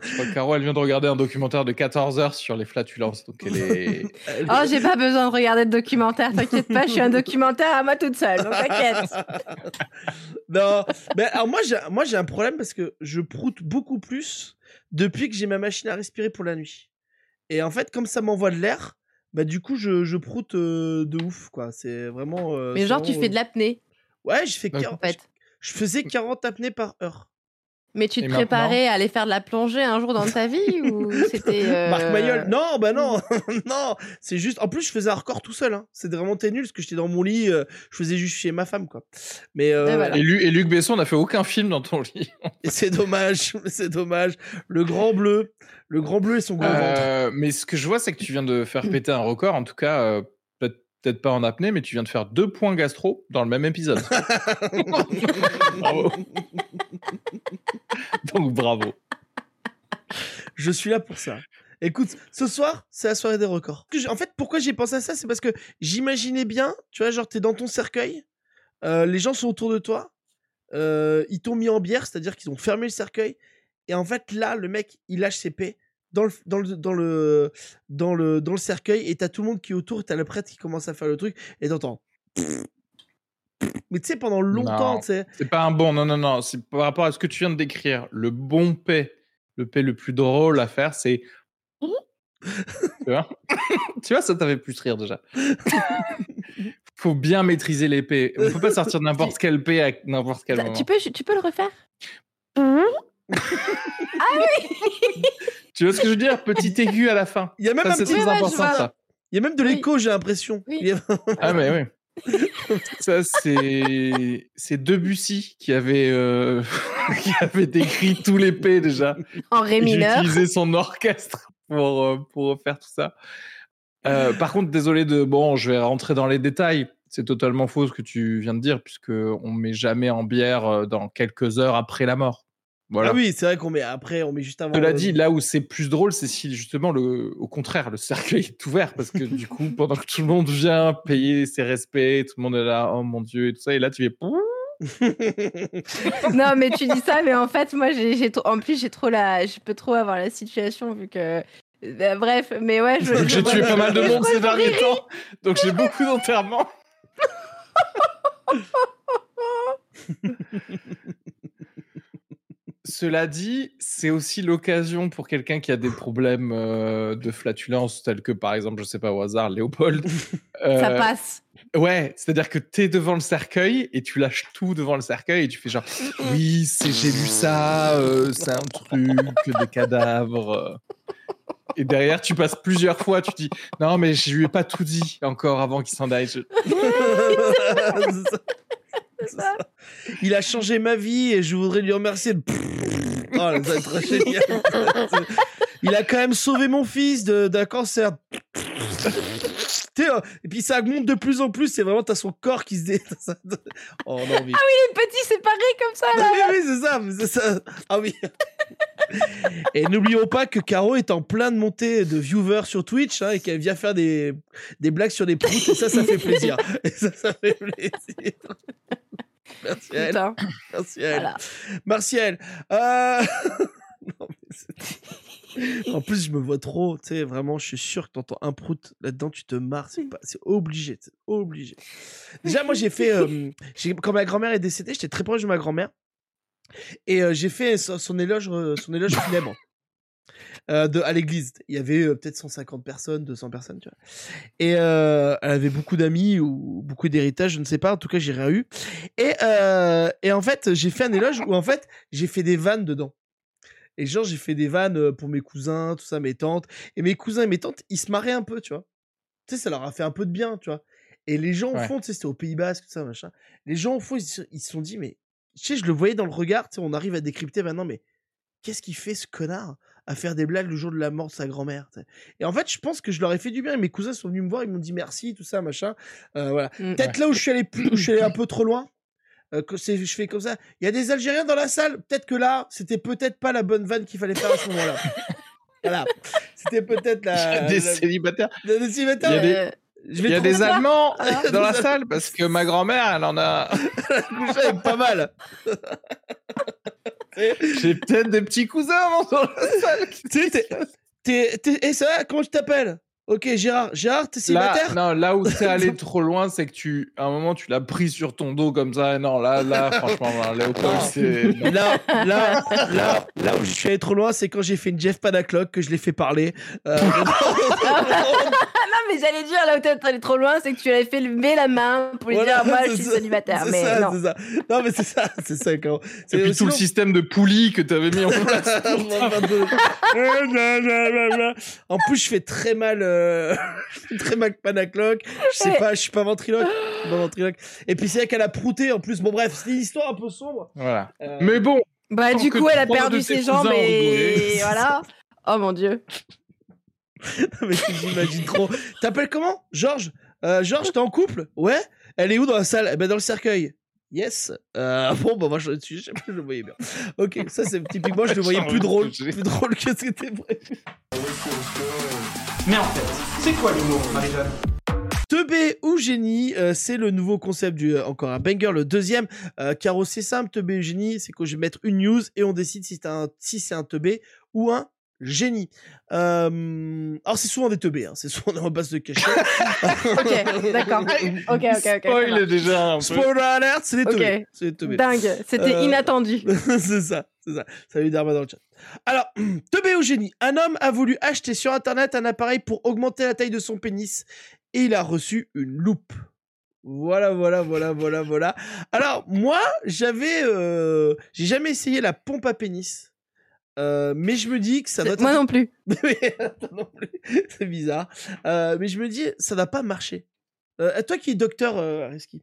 Speaker 1: Je crois que Caro, elle vient de regarder un documentaire de 14 heures sur les flatulences. Donc elle est.
Speaker 3: Oh, j'ai pas besoin de regarder de documentaire, t'inquiète pas, je suis un documentaire à moi toute seule, donc t'inquiète.
Speaker 2: Ah, Non, mais alors moi j'ai moi j'ai un problème parce que je proute beaucoup plus depuis que j'ai ma machine à respirer pour la nuit. Et en fait, comme ça m'envoie de l'air, bah du coup je, je proute euh, de ouf quoi. C'est vraiment. euh,
Speaker 3: Mais
Speaker 2: c'est
Speaker 3: genre, tu
Speaker 2: vraiment,
Speaker 3: fais de l'apnée,
Speaker 2: euh, Ouais, je fais
Speaker 1: Donc,
Speaker 2: 40
Speaker 3: en fait.
Speaker 2: Je faisais 40 apnées par heure.
Speaker 3: Mais tu te
Speaker 1: Et
Speaker 3: préparais à aller faire de la plongée un jour dans ta vie ou c'était. euh, hmm.
Speaker 2: Marc Mayol, non, bah non, non, c'est juste. En plus, je faisais un record tout seul. Hein. C'était vraiment t'es nul parce que j'étais dans mon lit. euh, je faisais juste chez ma femme quoi. Mais euh,
Speaker 3: Et voilà.
Speaker 1: Et, Lu- et Luc Besson n'a fait aucun film dans ton lit.
Speaker 2: et c'est dommage, c'est dommage. Le grand bleu, le grand bleu et son gros ventre.
Speaker 1: Euh, mais ce que je vois, c'est que tu viens de faire péter un record. En tout cas, euh, peut- peut-être pas en apnée, mais tu viens de faire deux points gastro dans le même épisode. bravo. donc bravo.
Speaker 2: Je suis là pour ça. Écoute, ce soir, c'est la soirée des records. Que j'ai- En fait, pourquoi j'ai pensé à ça, c'est parce que j'imaginais bien, tu vois, genre, t'es dans ton cercueil, euh, les gens sont autour de toi, euh, ils t'ont mis en bière, c'est-à-dire qu'ils ont fermé le cercueil, et en fait, là, le mec, il lâche ses pets, dans le, dans le, dans le, dans le, dans le cercueil et t'as tout le monde qui est autour, t'as le prêtre qui commence à faire le truc et t'entends. Mais tu sais, pendant longtemps,
Speaker 1: Non.
Speaker 2: tu sais.
Speaker 1: C'est pas un bon, non, non, non. C'est par rapport à ce que tu viens de décrire. Le bon paix, le paix le plus drôle à faire, c'est. tu vois Tu vois, ça t'avait plus rire déjà. Faut bien maîtriser les paix. On peut pas sortir n'importe quelle paix à n'importe quel
Speaker 3: Ça-
Speaker 1: moment.
Speaker 3: Bah, tu, peux, tu peux le refaire Mmh.
Speaker 1: Tu vois ce que je veux dire Petit aigu à la fin.
Speaker 2: Il y a même
Speaker 1: Ça,
Speaker 2: un
Speaker 1: c'est
Speaker 2: petit-
Speaker 3: Oui,
Speaker 1: très
Speaker 3: ouais, je
Speaker 1: important,
Speaker 3: vois.
Speaker 1: ça.
Speaker 2: il y a même de
Speaker 3: Oui.
Speaker 2: l'écho, j'ai l'impression.
Speaker 3: Oui.
Speaker 2: Il y a-
Speaker 1: Ah, mais oui. Ça, c'est c'est Debussy qui avait, euh, qui avait décrit tous les paix déjà.
Speaker 3: En ré
Speaker 1: J'ai
Speaker 3: mineur.
Speaker 1: utilisé son orchestre pour, euh, pour faire tout ça. Euh, par contre, désolé de. Bon, je vais rentrer dans les détails. C'est totalement faux ce que tu viens de dire, puisqu'on ne met jamais en bière euh, dans quelques heures après la mort. Voilà.
Speaker 2: Ah oui, c'est vrai qu'on met après, on met juste avant.
Speaker 1: Je te l'ai
Speaker 2: euh,
Speaker 1: dit, là où c'est plus drôle, c'est si justement, le, au contraire, le cercueil est ouvert, parce que du coup, pendant que tout le monde vient payer ses respects, tout le monde est là, oh mon Dieu, et tout ça, et là, tu es.
Speaker 3: non, mais tu dis ça, mais en fait, moi, j'ai, j'ai trop- en plus, j'ai trop la, je peux trop avoir la situation vu que. Bah, bref, mais ouais, je. je-
Speaker 1: J'ai tué pas mal de
Speaker 3: Mais je
Speaker 1: monde ces
Speaker 3: crois que
Speaker 1: derniers
Speaker 3: je
Speaker 1: temps, donc j'ai beaucoup d'enterrements. Cela dit, c'est aussi l'occasion pour quelqu'un qui a des problèmes euh, de flatulence, tels que par exemple, je sais pas au hasard, Léopold.
Speaker 3: Ça
Speaker 1: euh,
Speaker 3: passe.
Speaker 1: Ouais, c'est-à-dire que t'es devant le cercueil et tu lâches tout devant le cercueil et tu fais genre oui, c'est j'ai lu ça, euh, c'est un truc des cadavres. euh. Et derrière, tu passes plusieurs fois, tu dis non mais je lui ai pas tout dit encore avant qu'il s'en aille. Je-
Speaker 2: C'est ça. C'est
Speaker 3: ça.
Speaker 2: ça. Il a changé ma vie et je voudrais lui remercier. de- Oh, là, ça va être génial. Il a quand même sauvé mon fils de- d'un cancer. T'es, euh, Et puis ça monte de plus en plus, c'est vraiment, t'as son corps qui se dé... Oh, on a envie.
Speaker 3: Les petits séparés comme ça, là.
Speaker 2: Oui, oui, c'est ça, c'est ça. Ah oui. et n'oublions pas que Caro est en plein de montée de viewers sur Twitch hein, et qu'elle vient faire des, des blagues sur des proutes et ça, ça fait plaisir. Et ça, ça fait plaisir. Merci à elle.
Speaker 3: Putain,
Speaker 2: Merci à elle.
Speaker 3: voilà.
Speaker 2: Merci à elle. Euh, non, mais c'est- en plus, je me vois trop. Tu sais, vraiment, je suis sûr que t'entends un prout là-dedans, tu te marres. C'est pas- c'est obligé. C'est obligé. Déjà, moi, j'ai fait. euh, j'ai- quand ma grand-mère est décédée, j'étais très proche de ma grand-mère. Et euh, j'ai fait son, son éloge, euh, son éloge funèbre. euh, de, à l'église, il y avait euh, peut-être 150 personnes, 200 personnes, tu vois. Et euh, elle avait beaucoup d'amis ou beaucoup d'héritage, je ne sais pas. En tout cas, j'ai rien eu. Et, euh, et en fait, j'ai fait un éloge où en fait, j'ai fait des vannes dedans. Et genre, j'ai fait des vannes euh, pour mes cousins, tout ça, mes tantes. Et mes cousins et mes tantes, ils se marraient un peu, tu vois. Tu sais, ça leur a fait un peu de bien, tu vois. Et les gens au
Speaker 1: Ouais.
Speaker 2: fond, tu sais, c'était au Pays Basque, tout ça, machin. Les gens au fond, ils se ils se sont dit, mais tu sais, je le voyais dans le regard, tu sais, on arrive à décrypter maintenant, mais qu'est-ce qui fait ce connard à faire des blagues le jour de la mort de sa grand-mère tu sais. Et en fait, je pense que je leur ai fait du bien. Et mes cousins sont venus me voir, ils m'ont dit merci, tout ça, machin. Euh, voilà.
Speaker 1: Mmh,
Speaker 3: Mm.
Speaker 2: Peut-être là où je suis allé, plus, où je suis allé un peu trop loin. euh, que c'est- je fais comme ça. Il y a des Algériens dans la salle. Peut-être que là, c'était peut-être pas la bonne vanne qu'il fallait faire à ce moment-là. voilà. C'était peut-être
Speaker 1: Ah,
Speaker 2: la.
Speaker 1: des
Speaker 2: la-
Speaker 1: célibataires.
Speaker 2: la- la- si, mais attends,
Speaker 1: Il y a des-
Speaker 3: Euh,
Speaker 2: je
Speaker 1: Il y
Speaker 2: vais
Speaker 1: a
Speaker 2: trouver
Speaker 1: des Allemands
Speaker 2: Ah.
Speaker 1: dans la salle parce que ma grand-mère, elle en a.
Speaker 2: coucher avec pas mal.
Speaker 1: J'ai peut-être des petits cousins moi, dans la salle. qui-
Speaker 2: Tu sais, t'es- t'es- t'es- Eh, ça va Comment tu t'appelles Ok, Gérard. Gérard, t'es
Speaker 1: Là,
Speaker 2: célibataire
Speaker 1: non, là où t'es allé trop loin, c'est que tu, à un moment, tu l'as pris sur ton dos comme ça. Et non, là, là, franchement, là, Léopold, c'est.
Speaker 2: Mais là, là, là, là où je suis allé trop loin, c'est quand j'ai fait une Jeff Panaclock que je l'ai fait parler. Euh,
Speaker 3: Ah non, mais j'allais dire, là où t'es allé trop loin, c'est que tu avais fait lever la main pour lui
Speaker 2: Voilà,
Speaker 3: dire, moi,
Speaker 2: c'est
Speaker 3: je suis
Speaker 2: ça,
Speaker 3: célibataire.
Speaker 2: c'est
Speaker 3: Mais
Speaker 2: ça,
Speaker 3: non.
Speaker 2: c'est ça. Non, mais c'est ça, c'est ça quand.
Speaker 1: C'est puis tout
Speaker 2: sinon-
Speaker 1: le système de poulies que t'avais mis en place.
Speaker 2: en plus, je fais très mal, euh, je fais très mal Panacloc. Je sais pas, je suis pas ventriloque. Je suis pas ventriloque. Et puis c'est vrai qu'elle a prouté en plus. Bon bref, c'est une histoire un peu sombre.
Speaker 1: Voilà.
Speaker 2: Euh,
Speaker 1: Mais bon,
Speaker 3: Bah,
Speaker 1: Tant
Speaker 3: du
Speaker 1: que
Speaker 3: coup, elle a
Speaker 1: trois
Speaker 3: perdu
Speaker 1: de tes
Speaker 3: ses jambes
Speaker 1: cousins ont
Speaker 3: et
Speaker 1: brûlé.
Speaker 3: voilà. Oh mon dieu.
Speaker 2: mais j'imagine trop. T'appelles comment, Georges euh, Georges, t'es en couple Ouais. Elle est où dans la salle Eh ben dans le cercueil. Yes. Euh, bon, bah moi je, je sais pas, je le voyais bien. Ok, ça c'est typiquement, je le voyais plus drôle, plus drôle que ce que t'es prévu.
Speaker 4: Mais en fait, c'est quoi l'humour, Marie-Jeanne
Speaker 2: Teubé ou génie, euh, c'est le nouveau concept du euh, encore un banger, le deuxième. Euh, Caro, c'est simple, teubé ou génie, c'est que je vais mettre une news et on décide si, t'as un, si c'est un teubé ou un génie. Euh, Alors, c'est souvent des teubés, hein, c'est souvent, on va pas se le cacher.
Speaker 3: Ok, d'accord. Ok, ok, ok. ça
Speaker 1: Spoil
Speaker 3: marche.
Speaker 1: déjà un peu.
Speaker 2: Spoiler alert, c'est des
Speaker 3: Ok.
Speaker 2: teubés. C'est des teubés.
Speaker 3: Dingue, c'était
Speaker 2: Euh,
Speaker 3: inattendu.
Speaker 2: c'est ça, c'est ça. Salut Dharma dans le chat. Alors, teubé au génie. Un homme a voulu acheter sur internet un appareil pour augmenter la taille de son pénis et il a reçu une loupe. Voilà, voilà, voilà, voilà, voilà. Alors, moi, j'avais. euh, J'ai jamais essayé la pompe à pénis. Euh, mais je me dis que ça doit être.
Speaker 3: Moi non plus.
Speaker 2: non plus. C'est bizarre. Euh, mais je me dis, ça n'a pas marché. Euh, toi qui es docteur, euh, Ariski,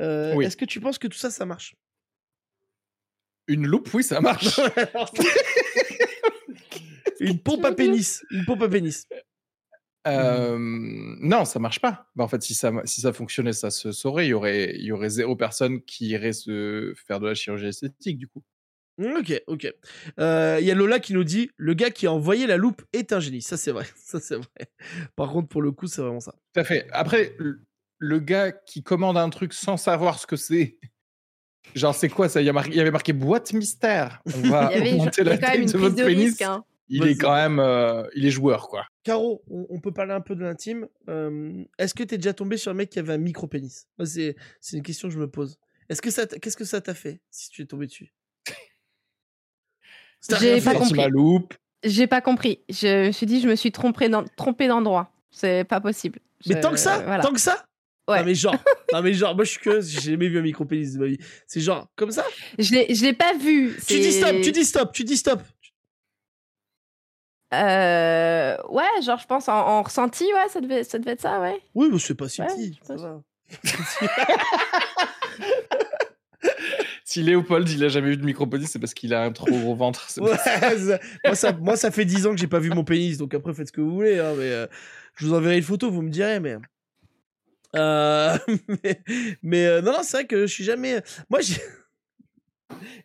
Speaker 2: euh,
Speaker 1: Oui.
Speaker 2: est-ce que tu penses que tout ça, ça marche
Speaker 1: Une loupe, oui, ça marche.
Speaker 2: Une pompe à pénis. Une pompe à pénis.
Speaker 1: Euh, non, ça marche pas. Bah, en fait, si ça, si ça fonctionnait, ça se saurait. Il y aurait, il y aurait zéro personne qui irait se faire de la chirurgie esthétique, du coup.
Speaker 2: Mm, Ok, ok. Euh, Il y a Lola qui nous dit le gars qui a envoyé la loupe est un génie. Ça, c'est vrai. Ça, c'est vrai. Par contre, pour le coup, c'est vraiment ça.
Speaker 1: Tout à fait. Après, le- le gars qui commande un truc sans savoir ce que c'est, genre, c'est quoi ça Il y a marqué- il y avait marqué boîte mystère. On
Speaker 2: Ah,
Speaker 1: va
Speaker 3: Il y avait
Speaker 1: augmenter
Speaker 3: il y a
Speaker 1: la
Speaker 3: quand même
Speaker 1: taille
Speaker 3: une
Speaker 1: de
Speaker 3: prise
Speaker 1: votre
Speaker 3: de
Speaker 1: pénis.
Speaker 3: risque. hein.
Speaker 1: Il est
Speaker 2: Vas-y.
Speaker 1: quand même, euh, il est joueur, quoi.
Speaker 2: Caro, on, on peut parler un peu de l'intime. Euh, Est-ce que t'es déjà tombé sur un mec qui avait un micro-pénis Moi, c'est c'est une question que je me pose. Est-ce que ça, t'a- qu'est-ce que ça t'a fait si tu es tombé dessus Ça t'a
Speaker 3: J'ai
Speaker 2: rien
Speaker 3: pas
Speaker 2: fait.
Speaker 1: Sorti
Speaker 3: compris.
Speaker 1: ma loupe.
Speaker 3: J'ai pas compris. Je me suis dit, je me suis trompée d'en- trompée d'endroit. C'est pas possible.
Speaker 2: Mais
Speaker 3: Je-
Speaker 2: tant que ça,
Speaker 3: Euh, voilà.
Speaker 2: tant que ça.
Speaker 3: Ouais.
Speaker 2: Non mais genre, non mais genre, moi je suis curieuse, j'ai jamais vu un micro-pénis de ma vie. C'est genre comme ça.
Speaker 3: Je l'ai- je l'ai pas vu.
Speaker 2: Tu dis stop,
Speaker 3: c'est-
Speaker 2: tu dis stop, tu dis stop.
Speaker 3: Euh, Ouais, genre, je pense en, en ressenti, ouais, ça devait, ça devait être ça, ouais.
Speaker 2: Oui, mais c'est pas si
Speaker 3: Ouais,
Speaker 2: petit.
Speaker 3: je pense.
Speaker 2: ça va.
Speaker 1: Si Léopold, il a jamais eu de micropolis, c'est parce qu'il a un trop gros ventre. C'est-
Speaker 2: Ouais, ça- moi, ça, moi, ça fait 10 ans que j'ai pas vu mon pénis, donc après, faites ce que vous voulez. hein, mais, euh, je vous enverrai une photo, vous me direz, mais. Euh, mais mais, euh, non, non, c'est vrai que je suis jamais. Moi, j'ai.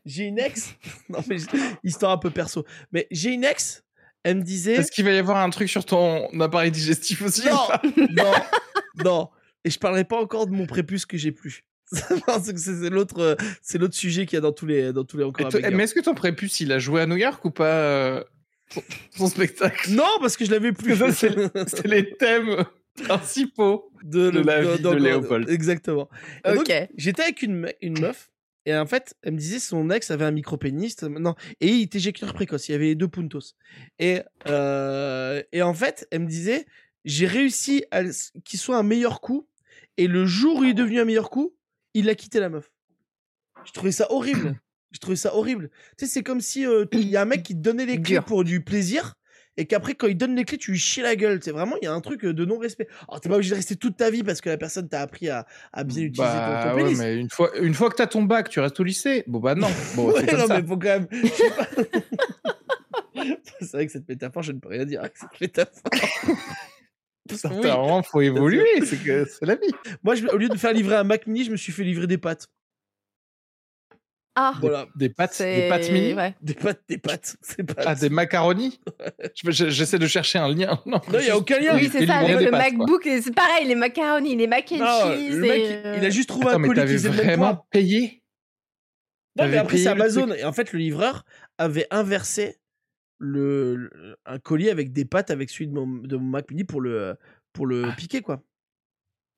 Speaker 2: J'ai une ex. Non, mais j- histoire un peu perso. Mais j'ai une ex, elle me disait.
Speaker 1: Est-ce qu'il va y avoir un truc sur ton appareil digestif aussi ou pas
Speaker 2: Non, non, non. Et je parlerai pas encore de mon prépuce que j'ai plus. Parce que c'est c'est l'autre, euh, c'est l'autre sujet qu'il y a dans tous les, dans tous les encore.
Speaker 1: Et
Speaker 2: à
Speaker 1: toi-
Speaker 2: bagarre.
Speaker 1: mais est-ce que ton prépuce, il a joué à New York ou pas euh, son, son spectacle
Speaker 2: Non, parce que je l'avais plus.
Speaker 1: Parce que ça, C'est les thèmes principaux.
Speaker 2: de,
Speaker 1: De
Speaker 2: le-
Speaker 1: la
Speaker 2: dans-
Speaker 1: vie
Speaker 2: dans-
Speaker 1: de
Speaker 2: dans-
Speaker 1: Léopold.
Speaker 2: Exactement. Et donc,
Speaker 3: Ok.
Speaker 2: J'étais avec une, me- une meuf, et en fait, elle me disait son ex avait un micro-pénis, euh, non, et il était éjecteur précoce, il y avait les deux puntos. Et, euh, et en fait, elle me disait, j'ai réussi à le- qu'il soit un meilleur coup, et le jour où il est devenu un meilleur coup, il a quitté la meuf. Je trouvais ça horrible. Je trouvais ça horrible. Tu sais, c'est comme si euh, tu- il y a un mec qui te donnait les clés
Speaker 3: Dur.
Speaker 2: pour du plaisir et qu'après, quand il donne les clés, tu lui chies la gueule. C'est vraiment, il y a un truc euh, de non-respect. Alors, t'es pas obligé de rester toute ta vie parce que la personne t'a appris à, à bien utiliser ton- ton,
Speaker 1: Bah, ouais,
Speaker 2: pénis.
Speaker 1: mais une fois, une fois que t'as ton bac, tu restes au lycée. Bon, bah non. Bon,
Speaker 2: Ouais,
Speaker 1: c'est comme
Speaker 2: non,
Speaker 1: ça.
Speaker 2: mais faut quand même. je sais pas. c'est vrai que cette métaphore, je ne peux rien dire avec cette métaphore.
Speaker 1: Putain,
Speaker 2: oui.
Speaker 1: vraiment, faut évoluer. C'est que- c'est la vie.
Speaker 2: Moi, je- au lieu de me faire livrer un Mac Mini, je me suis fait livrer des pâtes.
Speaker 3: Ah,
Speaker 2: Voilà,
Speaker 1: Des pâtes,
Speaker 3: c'est...
Speaker 1: des pâtes mini.
Speaker 3: ouais.
Speaker 2: des pâtes, des pâtes. C'est pas.
Speaker 1: Ah, des macaronis Je- je- J'essaie de chercher un lien. Non,
Speaker 2: Non, il n'y a aucun lien.
Speaker 3: Oui,
Speaker 1: Et
Speaker 3: c'est ça,
Speaker 1: livrer
Speaker 3: avec
Speaker 1: des
Speaker 3: le
Speaker 1: pâtes, quoi.
Speaker 3: MacBook, et c'est pareil, les macaronis, les mac and
Speaker 2: Non,
Speaker 3: cheese.
Speaker 2: le mec,
Speaker 3: et,
Speaker 2: il-
Speaker 3: euh,
Speaker 2: il a juste trouvé
Speaker 1: Attends,
Speaker 2: un
Speaker 1: mais
Speaker 2: colis
Speaker 1: t'avais
Speaker 2: qui faisait le même poids.
Speaker 1: vraiment payé
Speaker 2: Non, mais
Speaker 1: t'avais
Speaker 2: après, c'est
Speaker 1: payé le
Speaker 2: Amazon. Et en fait, le livreur avait inversé le, le- un colis avec des pâtes avec celui de mon, de mon Mac Mini pour le, pour
Speaker 1: Ah.
Speaker 2: le piquer, quoi.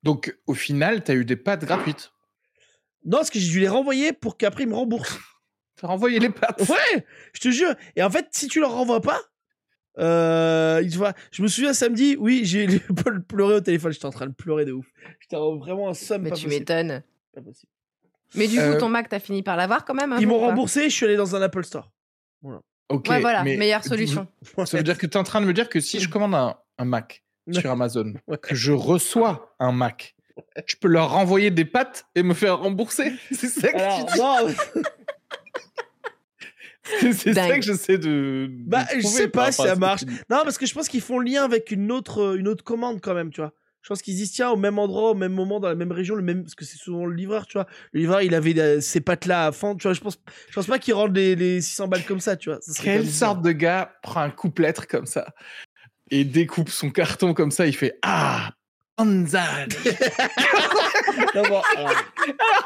Speaker 1: Donc, au final, t'as eu des pâtes gratuites.
Speaker 2: Non, parce que j'ai dû les renvoyer pour qu'après, ils me remboursent.
Speaker 1: T'as renvoyé les pâtes.
Speaker 2: Ouais, je te jure. Et en fait, si tu leur renvoies pas, euh, ils te voient. Je me souviens samedi, oui, j'ai Paul pleurer au téléphone. J'étais en train de pleurer de ouf. J'étais en- vraiment un somme
Speaker 3: Mais
Speaker 2: pas
Speaker 3: tu
Speaker 2: possible.
Speaker 3: m'étonnes.
Speaker 2: Pas possible.
Speaker 3: Mais du coup,
Speaker 1: Euh,
Speaker 3: ton Mac, t'as fini par l'avoir quand même. un
Speaker 2: Ils
Speaker 3: jour
Speaker 2: m'ont
Speaker 3: ou pas
Speaker 2: remboursé. Je suis allé dans un Apple Store.
Speaker 1: Ok,
Speaker 3: Ouais, voilà,
Speaker 1: mais-
Speaker 3: meilleure solution.
Speaker 1: Ça veut dire que tu es en train de me dire que si je commande un, un Mac sur Amazon,
Speaker 2: Ouais.
Speaker 1: que je reçois un Mac, je peux leur renvoyer des pâtes et me faire rembourser. C'est ça que
Speaker 2: Alors,
Speaker 1: tu dis.
Speaker 2: non,
Speaker 1: C'est- C'est ça
Speaker 3: Dingue.
Speaker 1: que j'essaie de. de
Speaker 2: Bah, je
Speaker 1: trouver
Speaker 2: sais
Speaker 1: par
Speaker 2: pas
Speaker 1: rapport
Speaker 2: si
Speaker 1: à
Speaker 2: ça
Speaker 1: ce que
Speaker 2: marche.
Speaker 1: tu dis.
Speaker 2: non, parce que je pense qu'ils font lien avec une autre, euh, une autre commande quand même, tu vois. Je pense qu'ils disent tiens au même endroit, au même moment, dans la même région, le même parce que c'est souvent le livreur, tu vois. Le livreur, il avait euh, ses pattes là à fendre, tu vois. Je pense, je pense pas qu'ils rendent les, les 600 balles comme ça, tu vois. Ça serait quand même
Speaker 1: Quelle
Speaker 2: bizarre.
Speaker 1: sorte de gars prend un coupe-lettre comme ça et découpe son carton comme ça Il fait Ah Panzad
Speaker 2: Non, bon, alors,
Speaker 1: Alors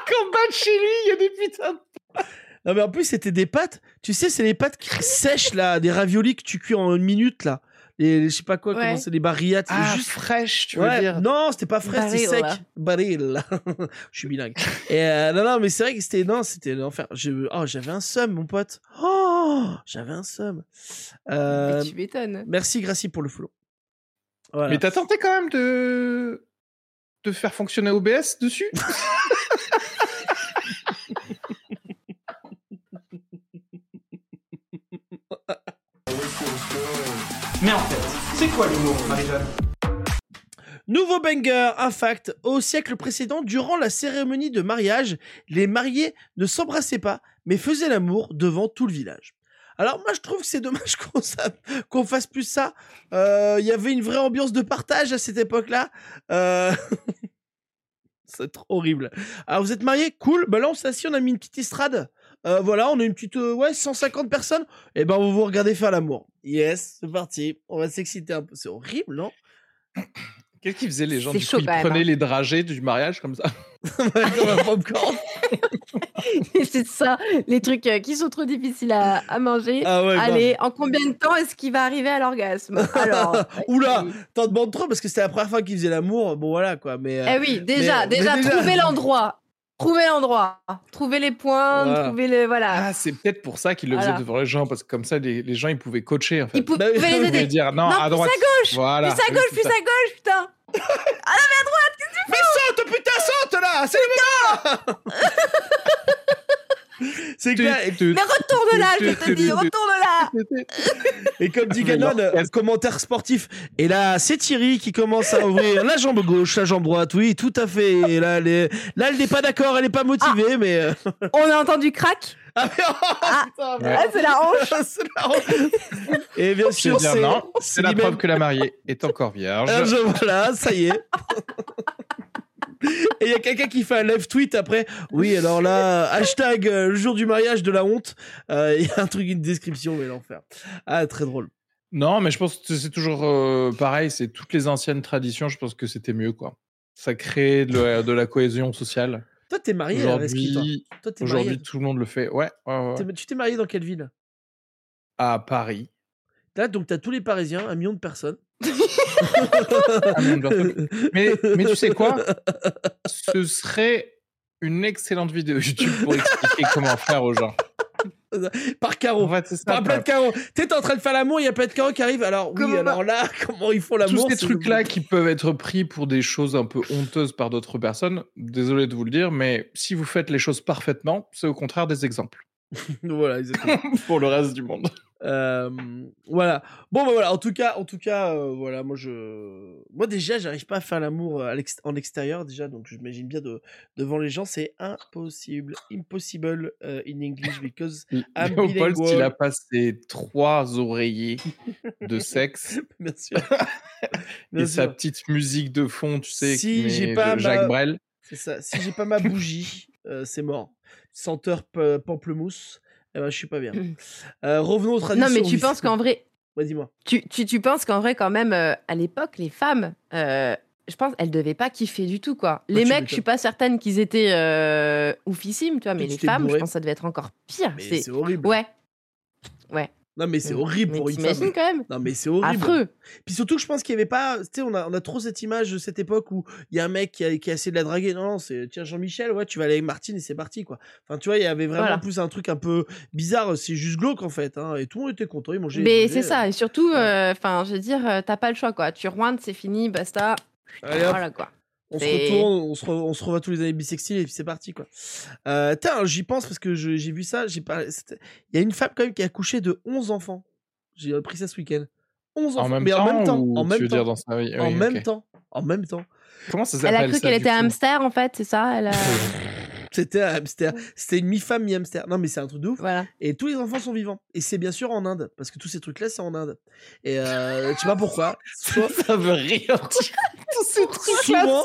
Speaker 1: qu'en bas de chez lui, il y a des putains de.
Speaker 2: Non, mais en plus, c'était des pâtes. Tu sais, c'est les pâtes qui- sèches, là, des raviolis que tu cuis en une minute, là. Les, les- je sais pas quoi,
Speaker 3: Ouais.
Speaker 2: comment c'est, les barillades. c'est
Speaker 1: Ah,
Speaker 2: juste...
Speaker 1: fraîche, tu
Speaker 2: Ouais,
Speaker 1: veux dire
Speaker 2: Non, c'était pas frais, c'était sec. Baril.
Speaker 3: Barilla.
Speaker 2: je suis bilingue. Et euh, non, non, mais c'est vrai que c'était non, c'était l'enfer. Je- Oh, j'avais un seum, mon pote. Oh, j'avais un seum. Euh,
Speaker 3: Mais tu m'étonnes.
Speaker 2: Merci, Gracie, pour le follow. Voilà.
Speaker 1: Mais t'as tenté quand même de... de faire fonctionner OBS dessus
Speaker 4: Mais en fait, c'est quoi l'humour, Marie-Jeanne
Speaker 2: Nouveau banger, un fact. Au siècle précédent, durant la cérémonie de mariage, les mariés ne s'embrassaient pas, mais faisaient l'amour devant tout le village. Alors moi je trouve que c'est dommage qu'on sa- qu'on fasse plus ça. Euh, Il y avait une vraie ambiance de partage à cette époque-là. Euh, c'est trop horrible. Alors vous êtes mariés, cool. Bah là on s'est assis, on a mis une petite estrade. Euh, voilà, on a une petite euh, ouais 150 personnes. Et ben on va vous regarder faire l'amour. Yes, c'est parti. On va s'exciter un peu. C'est horrible, non
Speaker 1: Qu'est-ce qu'ils faisaient les gens
Speaker 3: C'est
Speaker 1: Du
Speaker 3: chaud,
Speaker 1: coup, ils
Speaker 3: quand même,
Speaker 1: prenaient
Speaker 3: hein. Ah.
Speaker 1: les dragées du mariage comme ça.
Speaker 2: Comme un popcorn.
Speaker 3: c'est ça, les trucs euh, qui sont trop difficiles à, à manger.
Speaker 2: Ah ouais, grave.
Speaker 3: Allez, en combien de temps est-ce qu'il va arriver à l'orgasme Alors, euh,
Speaker 2: Oula. T'en demandes trop parce que c'était la première fois qu'ils faisaient l'amour. Bon, voilà quoi. Mais euh,
Speaker 3: Eh oui, déjà,
Speaker 2: mais
Speaker 3: déjà,
Speaker 2: déjà-
Speaker 3: trouver l'endroit. Trouver l'endroit. Trouver les points,
Speaker 2: Voilà.
Speaker 3: trouver le. Voilà.
Speaker 1: Ah, c'est peut-être pour ça qu'ils le faisaient
Speaker 3: Voilà.
Speaker 1: devant les gens, parce que comme ça, les, les gens, ils pouvaient coacher, en fait.
Speaker 3: Ils pouvaient
Speaker 2: Bah oui,
Speaker 1: Ils
Speaker 2: oui,
Speaker 3: les
Speaker 2: oui,
Speaker 1: pouvaient
Speaker 3: aider.
Speaker 1: dire, non,
Speaker 3: Non,
Speaker 1: à
Speaker 3: plus
Speaker 1: droite.
Speaker 3: à gauche
Speaker 1: Voilà.
Speaker 3: Plus à
Speaker 1: oui,
Speaker 3: gauche,
Speaker 1: c'est
Speaker 3: plus
Speaker 1: ça.
Speaker 3: à gauche, putain
Speaker 2: Mais saute, Ah, putain, saute là C'est le moment C'est clair. Et,
Speaker 3: Mais retourne là, je te dis, retourne là
Speaker 2: et comme dit
Speaker 1: Ah, Mais
Speaker 2: Ganon,
Speaker 1: l'orchestre.
Speaker 2: euh, commentaire sportif. Et là, c'est Thierry qui commence à ouvrir la jambe gauche, la jambe droite. Oui, tout à fait. Et là, elle est- là, elle n'est pas d'accord, elle n'est pas
Speaker 3: Ah.
Speaker 2: motivée, mais. euh,
Speaker 3: On a entendu crack
Speaker 2: Ah, mais
Speaker 3: Ah.
Speaker 2: oh, putain,
Speaker 1: Ouais.
Speaker 3: Ah, c'est la hanche
Speaker 2: c'est la honte. Et bien
Speaker 1: C'est
Speaker 2: sûr,
Speaker 1: bien, non
Speaker 2: c'est
Speaker 1: C'est la
Speaker 2: l'imam-
Speaker 1: preuve que la mariée est encore vierge.
Speaker 3: Euh,
Speaker 2: Ah, je- voilà, ça y est. Et il y a quelqu'un qui fait un live tweet après. Oui, alors là, hashtag euh, le jour du mariage de la honte. Euh, Il y a un truc, une description, mais l'enfer. Ah, très drôle.
Speaker 1: Non, mais je pense que c'est toujours euh, pareil. C'est toutes les anciennes traditions. Je pense que c'était mieux, quoi. Ça crée de la, de la cohésion sociale.
Speaker 2: Toi, t'es marié,
Speaker 3: euh,
Speaker 2: alors, Reski, toi.
Speaker 1: Aujourd'hui,
Speaker 2: Toi, t'es marié.
Speaker 1: aujourd'hui, tout le monde le fait. Ouais, ouais, ouais, ouais.
Speaker 2: T'es- Tu t'es marié dans quelle ville
Speaker 1: À Paris.
Speaker 2: Là, donc, t'as tous les Parisiens, un million de personnes.
Speaker 1: à Montblanc. mais, mais tu sais quoi Ce serait une excellente vidéo YouTube pour expliquer comment faire aux gens.
Speaker 2: Par
Speaker 1: En
Speaker 2: carreau.
Speaker 1: fait, c'est ça.
Speaker 2: Par plein de carreaux. T'es en train de faire l'amour, il y a plein de carreaux qui arrivent. Alors, oui,
Speaker 1: Comment-
Speaker 2: alors là, comment ils font
Speaker 1: Tous
Speaker 2: l'amour
Speaker 1: ces
Speaker 2: c'est-
Speaker 1: trucs-là qui peuvent être pris pour des choses un peu honteuses par d'autres personnes, désolé de vous le dire, mais si vous faites les choses parfaitement, c'est au contraire des exemples
Speaker 2: Voilà, exactement.
Speaker 1: pour le reste du monde.
Speaker 2: Euh, voilà. Bon, bah voilà. En tout cas, en tout cas, euh, voilà. Moi, je, moi déjà, j'arrive pas à faire l'amour euh, à l'ext- en extérieur déjà, donc j'imagine bien de... devant les gens, c'est impossible, impossible euh, in English because. Ah,
Speaker 1: Léopold,
Speaker 2: bilingual.
Speaker 1: il a passé trois oreillers de sexe
Speaker 2: Bien sûr. Bien
Speaker 1: et sa
Speaker 2: sûr.
Speaker 1: petite musique de fond, tu sais,
Speaker 2: Si
Speaker 1: qui
Speaker 2: j'ai
Speaker 1: met
Speaker 2: pas
Speaker 1: le Jacques
Speaker 2: ma-
Speaker 1: Brel.
Speaker 2: C'est ça. Si j'ai pas ma bougie, euh, c'est mort. Senteur pe- pamplemousse. Eh ben, je suis pas bien. Euh, revenons aux traditions.
Speaker 3: Mm. Non, mais tu
Speaker 2: oui.
Speaker 3: penses qu'en vrai,
Speaker 2: Vas-y moi.
Speaker 3: Tu, tu, tu penses qu'en vrai, quand même, euh, à l'époque, les femmes, euh, je pense, elles devaient pas kiffer du tout, quoi. Les
Speaker 2: tu
Speaker 3: mecs, je suis
Speaker 2: m'étonnes.
Speaker 3: pas certaine qu'ils étaient euh, oufissimes, tu vois, mais
Speaker 2: tu
Speaker 3: les
Speaker 2: t'es
Speaker 3: femmes,
Speaker 2: bourré.
Speaker 3: je pense que ça devait être encore pire.
Speaker 2: Mais
Speaker 3: c'est-
Speaker 2: c'est horrible.
Speaker 3: Ouais,
Speaker 2: Non, mais c'est
Speaker 3: Mm.
Speaker 2: horrible
Speaker 3: mais
Speaker 2: pour une
Speaker 3: t'imagines
Speaker 2: femme.
Speaker 3: quand même
Speaker 2: Non, mais c'est horrible.
Speaker 3: Affreux
Speaker 2: Puis surtout, je pense qu'il y avait pas. Tu sais, on a, on a trop cette image de cette époque où il y a un mec qui a, qui a essayé de la draguer. Non, non, c'est tiens, Jean-Michel, ouais, tu vas aller avec Martine et c'est parti, quoi. Enfin, tu vois, il y avait vraiment
Speaker 3: Voilà.
Speaker 2: plus un truc un peu bizarre. C'est juste glauque, en fait. Hein, et tout le monde était content. Ils mangeaient. ils
Speaker 3: Mais
Speaker 2: mangeaient, euh,
Speaker 3: c'est ça, et surtout,
Speaker 2: ouais.
Speaker 3: enfin, je veux dire, euh, t'as pas le choix, quoi. Tu roindes, c'est fini, basta,
Speaker 2: euh, allez, hop,
Speaker 3: voilà, quoi.
Speaker 2: on se
Speaker 3: c'est-
Speaker 2: retourne, on se, re- on se revoit tous les années bisextiles et puis c'est parti, quoi. Euh, tiens, j'y pense parce que je- j'ai vu ça. J'ai parlé. c'était- Il y a une femme, quand même, qui a accouché de 11 enfants. J'ai appris ça ce week-end. 11 enfants.
Speaker 1: En même
Speaker 2: mais
Speaker 1: temps,
Speaker 2: en même temps.
Speaker 1: ou
Speaker 2: En
Speaker 1: tu
Speaker 2: même
Speaker 1: veux
Speaker 2: temps.
Speaker 1: dire dans sa vie
Speaker 2: en
Speaker 1: Oui,
Speaker 2: même
Speaker 1: ok.
Speaker 2: temps. En même temps.
Speaker 1: Comment ça
Speaker 3: Elle
Speaker 1: s'appelle
Speaker 3: a cru
Speaker 1: ça,
Speaker 3: qu'elle
Speaker 1: du
Speaker 3: était
Speaker 1: coup
Speaker 3: hamster, en fait, c'est ça elle a-
Speaker 2: C'était un hamster. C'était une mi-femme, mi-hamster. Non, mais c'est un truc de ouf.
Speaker 3: Voilà.
Speaker 2: Et tous les enfants sont vivants. Et c'est bien sûr en Inde. Parce que tous ces trucs-là, c'est en Inde. Et euh, je sais pas pourquoi. Soit-
Speaker 1: Ça veut rien dire. C'est
Speaker 2: souvent,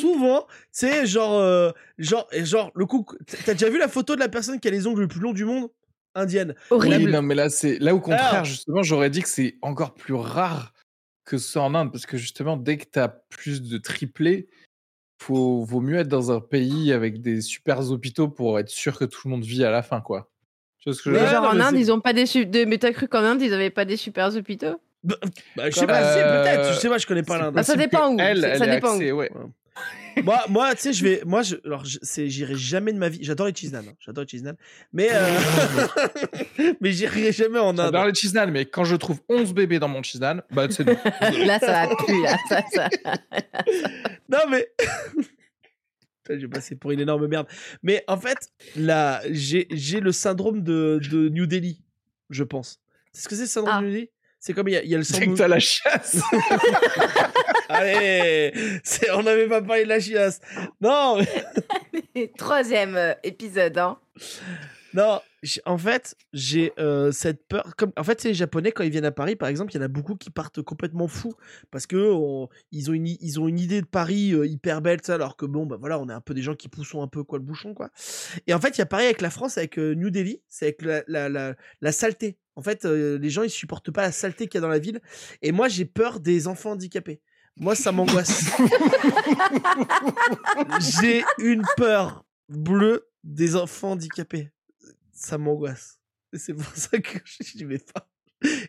Speaker 2: souvent, c'est genre, euh, genre, et genre, le coup. T'as déjà vu la photo de la personne qui a les ongles les plus longs du monde Indienne.
Speaker 1: Oui,
Speaker 3: Horrible.
Speaker 1: non, mais là, c'est là au contraire,
Speaker 2: Alors-
Speaker 1: justement, j'aurais dit que c'est encore plus rare que ça en Inde, parce que justement, dès que tu as plus de triplés, faut, vaut mieux être dans un pays avec des super hôpitaux pour être sûr que tout le monde vit à la fin, quoi. Tu vois ce que je
Speaker 3: Mais
Speaker 1: veux
Speaker 2: Ouais,
Speaker 1: dire
Speaker 3: genre
Speaker 2: non,
Speaker 3: en
Speaker 2: mais
Speaker 3: Inde,
Speaker 2: c'est-
Speaker 3: ils ont pas des. su- de- Mais t'as cru qu'en Inde, ils avaient pas des super hôpitaux
Speaker 2: Bah, je
Speaker 1: Comme,
Speaker 2: sais pas, c'est
Speaker 1: euh,
Speaker 2: peut-être. Je sais pas, je connais pas
Speaker 1: C'est
Speaker 2: l'Inde.
Speaker 3: Ah, ça
Speaker 1: possible
Speaker 3: dépend
Speaker 1: que
Speaker 3: où,
Speaker 1: Elle,
Speaker 3: ça-
Speaker 1: elle
Speaker 3: ça
Speaker 1: ait
Speaker 3: dépend
Speaker 1: accès, ouais.
Speaker 2: moi, moi tu sais, je vais. Moi, je, alors, je- c'est, j'irai jamais de ma vie. J'adore les cheese naans, hein, J'adore les cheese naans. Mais, euh, mais j'irai jamais en Inde.
Speaker 1: J'adore les cheese naans, mais quand je trouve 11 bébés dans mon cheese naan, bah c'est bon.
Speaker 3: Là, ça a plu, là. Ça, ça-
Speaker 2: Non, mais. Putain, je vais passer pour une énorme merde. Mais en fait, là, j'ai, j'ai le syndrome de, de New Delhi, je pense. C'est ce que c'est le syndrome
Speaker 3: Ah.
Speaker 2: de New Delhi C'est comme il y, a- il y a le
Speaker 1: C'est que
Speaker 2: syndrome.
Speaker 1: t'as la chasse.
Speaker 2: Allez c'est, On n'avait pas parlé de la chiasse. Non,
Speaker 3: Troisième euh, épisode, hein.
Speaker 2: Non, j'ai- en fait, j'ai euh, cette peur. Comme, en fait, c'est les Japonais, quand ils viennent à Paris, par exemple, il y en a beaucoup qui partent complètement fous parce que on- ils, ont une, i- ils ont une idée de Paris euh, hyper belle, ça, alors que bon, bah voilà, on est un peu des gens qui poussons un peu quoi le bouchon, quoi. Et en fait, il y a pareil avec la France, avec euh, New Delhi, c'est avec la, la, la, la saleté. En fait, euh, les gens, ils supportent pas la saleté qu'il y a dans la ville. Et moi, j'ai peur des enfants handicapés. Moi, ça m'angoisse. j'ai une peur bleue des enfants handicapés ça m'angoisse. Et c'est pour ça que je n'y vais pas.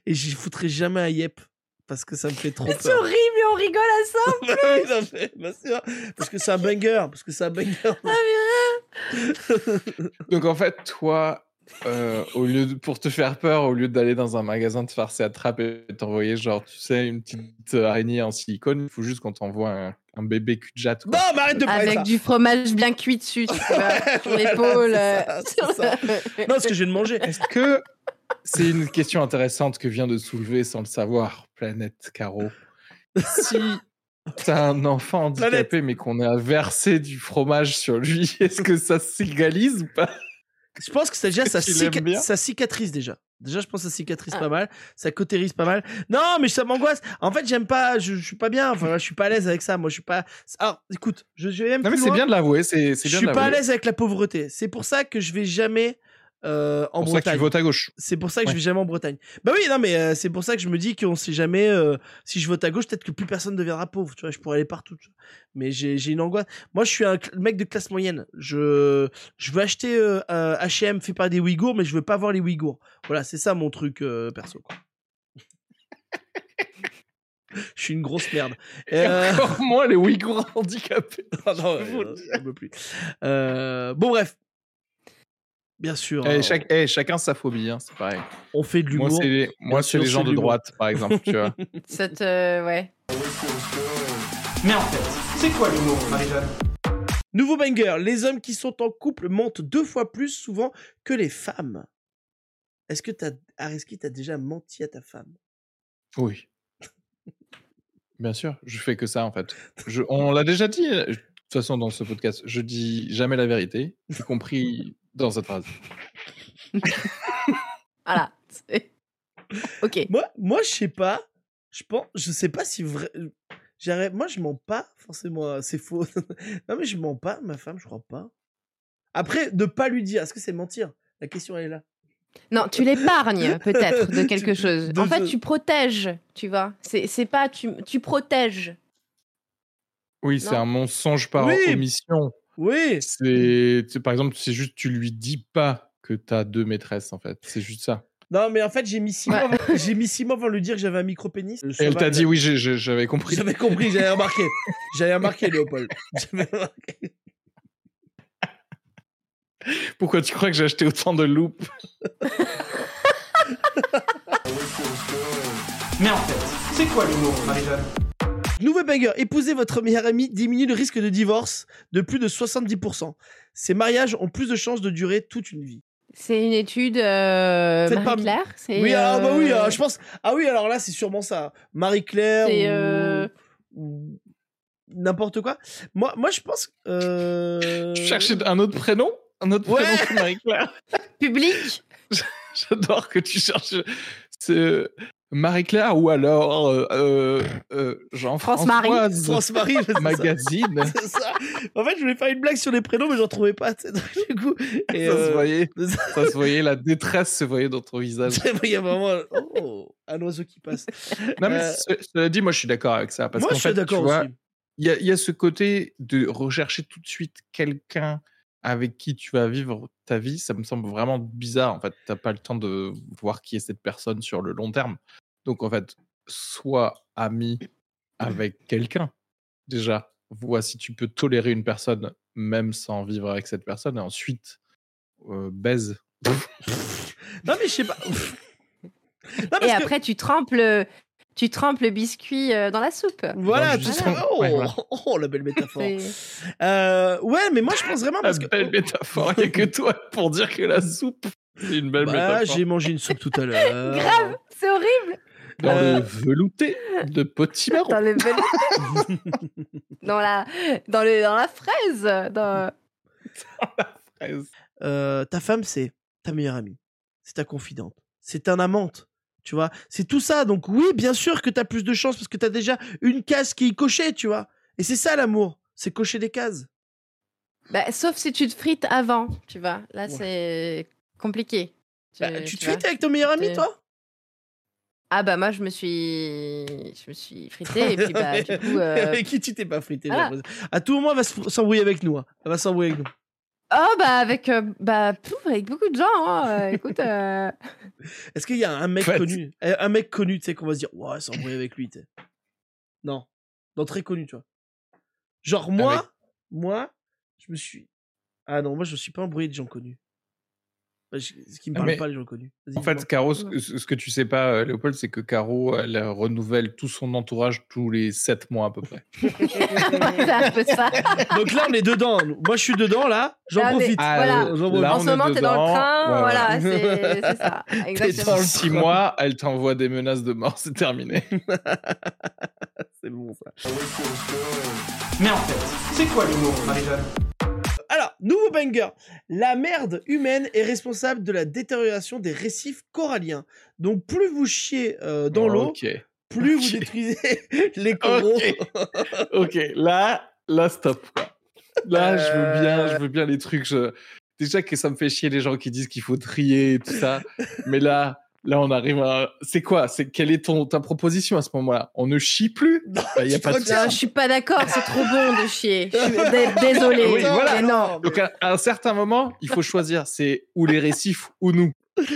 Speaker 2: Et j'y foutrai jamais un yep. Parce que ça me fait trop
Speaker 3: C'est
Speaker 2: peur.
Speaker 3: horrible, et on rigole à ça.
Speaker 2: Bah oui, non, mais, bien sûr. Parce que c'est un banger. Parce que c'est un banger.
Speaker 3: Ah, mais-
Speaker 1: Donc en fait, toi, euh, au lieu de- pour te faire peur, au lieu d'aller dans un magasin te farcer attraper et t'envoyer genre, tu sais, une petite euh, araignée en silicone, il faut juste qu'on t'envoie un, un bébé cul de jatte. quoi.
Speaker 2: Non, mais arrête de parler de
Speaker 3: Avec
Speaker 2: ça.
Speaker 3: du fromage bien cuit dessus, tu vois, sur l'épaule.
Speaker 2: voilà, c'est
Speaker 3: euh,
Speaker 2: ça, Non, parce que je vais le manger.
Speaker 1: Est-ce que c'est une question intéressante que vient de soulever sans le savoir, Planète Caro Si t'as un enfant handicapé
Speaker 2: Planète.
Speaker 1: mais qu'on a versé du fromage sur lui, est-ce que ça s'égalise ou pas
Speaker 2: Je pense que ça, déjà, ça,
Speaker 1: Tu
Speaker 2: cica-
Speaker 1: l'aimes bien
Speaker 2: ça cicatrise déjà. Déjà, je pense que ça cicatrise
Speaker 3: Ah.
Speaker 2: pas mal. Ça cautérise pas mal. Non, mais ça m'angoisse. En fait, j'aime pas. Je, je suis pas bien. Enfin, je suis pas à l'aise avec ça. Moi, je suis pas. Alors, écoute, je, je vais même
Speaker 1: Non mais
Speaker 2: plus
Speaker 1: c'est
Speaker 2: loin.
Speaker 1: bien de l'avouer, c'est c'est
Speaker 2: Je
Speaker 1: bien
Speaker 2: suis
Speaker 1: de
Speaker 2: pas à
Speaker 1: l'avouer.
Speaker 2: l'aise avec la pauvreté. C'est pour ça que je vais jamais euh, en
Speaker 1: C'est pour ça que tu
Speaker 2: Bretagne.
Speaker 1: votes à gauche.
Speaker 2: C'est pour ça que
Speaker 1: Ouais.
Speaker 2: je vais jamais en Bretagne. Bah oui, non, mais euh, c'est pour ça que je me dis qu'on sait jamais. euh, si je vote à gauche, peut-être que plus personne ne deviendra pauvre. Tu vois, je pourrais aller partout. tu vois. Mais j'ai j'ai une angoisse. Moi, je suis un cl- mec de classe moyenne. Je, je veux acheter euh, euh, H&M fait par des Ouïghours, mais je veux pas voir les Ouïghours. Voilà, c'est ça mon truc euh, perso. Quoi. je suis une grosse merde. Euh,
Speaker 1: Encore moins les Ouïghours handicapés.
Speaker 2: ah non, ouais,
Speaker 1: vous le
Speaker 2: non, j'en peux plus. Euh, bon, bref. Bien sûr, hein,
Speaker 1: Eh, chaque- eh, chacun sa phobie, hein, c'est pareil.
Speaker 2: on fait de
Speaker 1: Moi,
Speaker 2: l'humour.
Speaker 1: c'est les, moi, c'est
Speaker 2: sûr,
Speaker 1: les
Speaker 2: c'est
Speaker 1: gens
Speaker 2: de
Speaker 1: de
Speaker 2: l'humour.
Speaker 1: droite, par exemple, tu vois.
Speaker 3: Cette, euh, ouais.
Speaker 4: Mais en fait, c'est quoi l'humour, Marie-Jeanne
Speaker 2: Nouveau banger, les hommes qui sont en couple mentent deux fois plus souvent que les femmes. Est-ce que t'as, Ariski, t'as déjà menti à ta femme
Speaker 1: Oui. Bien sûr, je fais que ça, en fait. Je- on l'a déjà dit, euh, de toute façon, dans ce podcast, je dis jamais la vérité, y compris dans cette phrase.
Speaker 3: Voilà. C'est- Ok.
Speaker 2: Moi, moi, je sais pas. Je pense, je sais pas si vrai. j'arrête- Moi, je mens pas forcément. euh, C'est faux. non, mais je mens pas. à Ma femme, je crois pas. Après, de pas lui dire. Est-ce que c'est mentir La question elle est là.
Speaker 3: Non, tu l'épargnes peut-être de quelque
Speaker 2: Tu-
Speaker 3: chose.
Speaker 2: de
Speaker 3: En fait,
Speaker 2: ce-
Speaker 3: tu protèges, tu vois. C'est c'est pas tu, tu protèges.
Speaker 1: Oui, c'est
Speaker 3: Non.
Speaker 1: un mensonge par
Speaker 2: Oui.
Speaker 1: omission.
Speaker 2: Oui.
Speaker 1: C'est, c'est- par exemple, c'est juste, tu lui dis pas que t'as deux maîtresses, en fait. C'est juste ça.
Speaker 2: Non, mais en fait, j'ai mis six mois. avant- J'ai mis six mois avant de lui dire que j'avais un micro pénis.
Speaker 1: Et elle t'a dit, oui, j'ai- j'ai- j'avais compris.
Speaker 2: J'avais compris, j'avais remarqué. J'avais remarqué, Léopold. J'avais remarqué.
Speaker 1: Pourquoi tu crois que j'ai acheté autant de loupes
Speaker 4: Mais en fait, c'est quoi l'humour, Marie-Jeanne
Speaker 2: Nouveau banger, épousez votre meilleur ami diminue le risque de divorce de plus de 70%. Ces mariages ont plus de chances de durer toute une vie.
Speaker 3: C'est une étude euh,
Speaker 2: Faites pas-
Speaker 3: Marie-Claire. c'est,
Speaker 2: oui, ah bah oui,
Speaker 3: euh,
Speaker 2: ah, je pense. Ah oui, alors là, c'est sûrement ça. Marie-Claire
Speaker 3: C'est,
Speaker 2: ou-
Speaker 3: euh,
Speaker 2: ou n'importe quoi. Moi, moi, je pense. euh,
Speaker 1: Tu cherchais un autre prénom Un autre
Speaker 2: Ouais.
Speaker 1: prénom que Marie-Claire
Speaker 3: Public.
Speaker 2: Ah,
Speaker 1: J'adore que tu cherches. C'est euh, Marie-Claire ou alors euh, euh, euh,
Speaker 3: France-Marie.
Speaker 1: Jean-Françoise
Speaker 2: France-Marie, c'est ça.
Speaker 1: Magazine.
Speaker 2: C'est ça. En fait, je voulais faire une blague sur les prénoms, mais j'en trouvais pas. tu sais, donc, Du coup, et,
Speaker 1: ça, se
Speaker 2: euh,
Speaker 1: voyait, ça se voyait, la détresse se voyait dans ton visage.
Speaker 2: il y a vraiment un- oh, un oiseau qui passe.
Speaker 1: Non, mais
Speaker 2: Euh,
Speaker 1: ce- cela dit, moi je suis d'accord avec ça. Parce
Speaker 2: Moi,
Speaker 1: qu'en
Speaker 2: je suis
Speaker 1: fait, tu
Speaker 2: d'accord
Speaker 1: vois,
Speaker 2: aussi.
Speaker 1: Il y, a- il y a ce côté de rechercher tout de suite quelqu'un avec qui tu vas vivre ta vie. Ça me semble vraiment bizarre. En fait, t'as pas le temps de voir qui est cette personne sur le long terme. Donc, en fait, sois ami avec quelqu'un déjà. Vois si tu peux tolérer une personne même sans vivre avec cette personne. Et ensuite, euh, baise.
Speaker 2: Non, mais je sais pas. Non, parce
Speaker 3: Et
Speaker 2: que-
Speaker 3: après, tu trempes le, tu trempes le biscuit euh, dans la soupe.
Speaker 2: Voilà,
Speaker 1: Dans le
Speaker 2: tu-
Speaker 1: jus.
Speaker 2: oh,
Speaker 1: Ouais, voilà.
Speaker 2: oh, la belle métaphore.
Speaker 3: C'est-
Speaker 2: Euh, ouais, mais moi je pense vraiment
Speaker 1: La
Speaker 2: parce que.
Speaker 1: belle métaphore. Il n'y a que toi pour dire que la soupe, c'est une belle
Speaker 2: Bah,
Speaker 1: métaphore.
Speaker 2: j'ai mangé une soupe tout à l'heure.
Speaker 3: Grave. C'est horrible.
Speaker 1: Dans
Speaker 2: Euh,
Speaker 1: le velouté de Potimarron.
Speaker 3: Dans le velouté. dans la, dans le, dans la fraise. Dans...
Speaker 1: fraise.
Speaker 2: Euh, ta femme, c'est ta meilleure amie. C'est ta confidente. C'est ta amante. Tu vois, c'est tout ça. Donc oui, bien sûr que t'as plus de chance parce que t'as déjà une case qui est cochée, tu vois. Et c'est ça l'amour, c'est cocher des cases.
Speaker 3: Bah, sauf si tu te frites avant, tu vois. Là,
Speaker 2: Ouais.
Speaker 3: c'est compliqué.
Speaker 2: Bah, tu te
Speaker 3: vois.
Speaker 2: fuites avec ton meilleur ami,
Speaker 3: C'est-
Speaker 2: toi
Speaker 3: Ah bah moi je me suis je me suis fritée et puis bah du coup euh,
Speaker 2: Avec qui tu t'es pas
Speaker 1: Ah.
Speaker 2: frité j'ai
Speaker 3: voilà.
Speaker 2: l'impression. À tout moment, elle va se- s'embrouiller avec nous. hein. Elle va s'embrouiller avec nous.
Speaker 3: oh bah avec euh, bah pouf, avec beaucoup de gens hein, euh, écoute euh,
Speaker 2: Est-ce qu'il y a un mec
Speaker 1: Fat.
Speaker 2: connu euh, Un mec connu, tu sais, qu'on va se dire, ouais, s'embrouiller avec lui, tu sais. Non. Non, très connu, tu vois. Genre, moi,
Speaker 1: Avec-
Speaker 2: moi, je me suis. Ah non, moi, je me suis pas embrouillé de gens connus. Bah, je- Ce qui me
Speaker 1: Ah,
Speaker 2: parle
Speaker 1: mais-
Speaker 2: pas, les gens connus. Vas-y,
Speaker 1: En fait,
Speaker 2: dis-moi.
Speaker 1: Caro, ce que- ce que tu sais pas, euh, Léopold, c'est que Caro, elle euh, renouvelle tout son entourage tous les 7 mois à peu près.
Speaker 3: c'est un peu ça
Speaker 2: Donc là, on est dedans. Moi, je suis dedans, là. J'en
Speaker 3: Ah, mais-
Speaker 2: profite.
Speaker 3: Ah, Voilà.
Speaker 1: euh,
Speaker 2: Jean-Paul,
Speaker 1: là,
Speaker 3: en
Speaker 1: on
Speaker 3: ce
Speaker 1: est
Speaker 3: moment t'es dans le
Speaker 1: dedans.
Speaker 3: train
Speaker 1: Ouais,
Speaker 3: voilà
Speaker 2: ouais.
Speaker 3: c'est c'est ça
Speaker 1: Dans
Speaker 3: exactement
Speaker 2: le
Speaker 1: 6
Speaker 2: train.
Speaker 1: mois, elle t'envoie des menaces de mort, c'est terminé.
Speaker 2: C'est bon, ça.
Speaker 4: Mais en fait, c'est quoi l'humour, Marie-Jeanne
Speaker 2: Alors, nouveau banger. La merde humaine est responsable de la détérioration des récifs coralliens. Donc, plus vous chiez euh, dans l'eau,
Speaker 1: Ok.
Speaker 2: plus
Speaker 1: Ok.
Speaker 2: vous détruisez les coraux.
Speaker 1: Ok. Ok, là, là, stop. quoi. Là, je veux bien, je veux bien les trucs. je- Déjà que ça me fait chier les gens qui disent qu'il faut trier et tout ça. mais là, là, on arrive à. C'est quoi C'est quelle est ton ta proposition à ce moment-là On ne chie plus
Speaker 2: Non,
Speaker 1: Bah, y a
Speaker 2: tu
Speaker 1: pas de
Speaker 2: te
Speaker 1: ça.
Speaker 3: non
Speaker 2: retiens.
Speaker 3: je suis pas d'accord c'est trop bon de chier je suis dé- désolée
Speaker 1: Oui, voilà.
Speaker 3: mais non
Speaker 1: Donc à, à un certain moment, il faut choisir. C'est ou les récifs ou nous.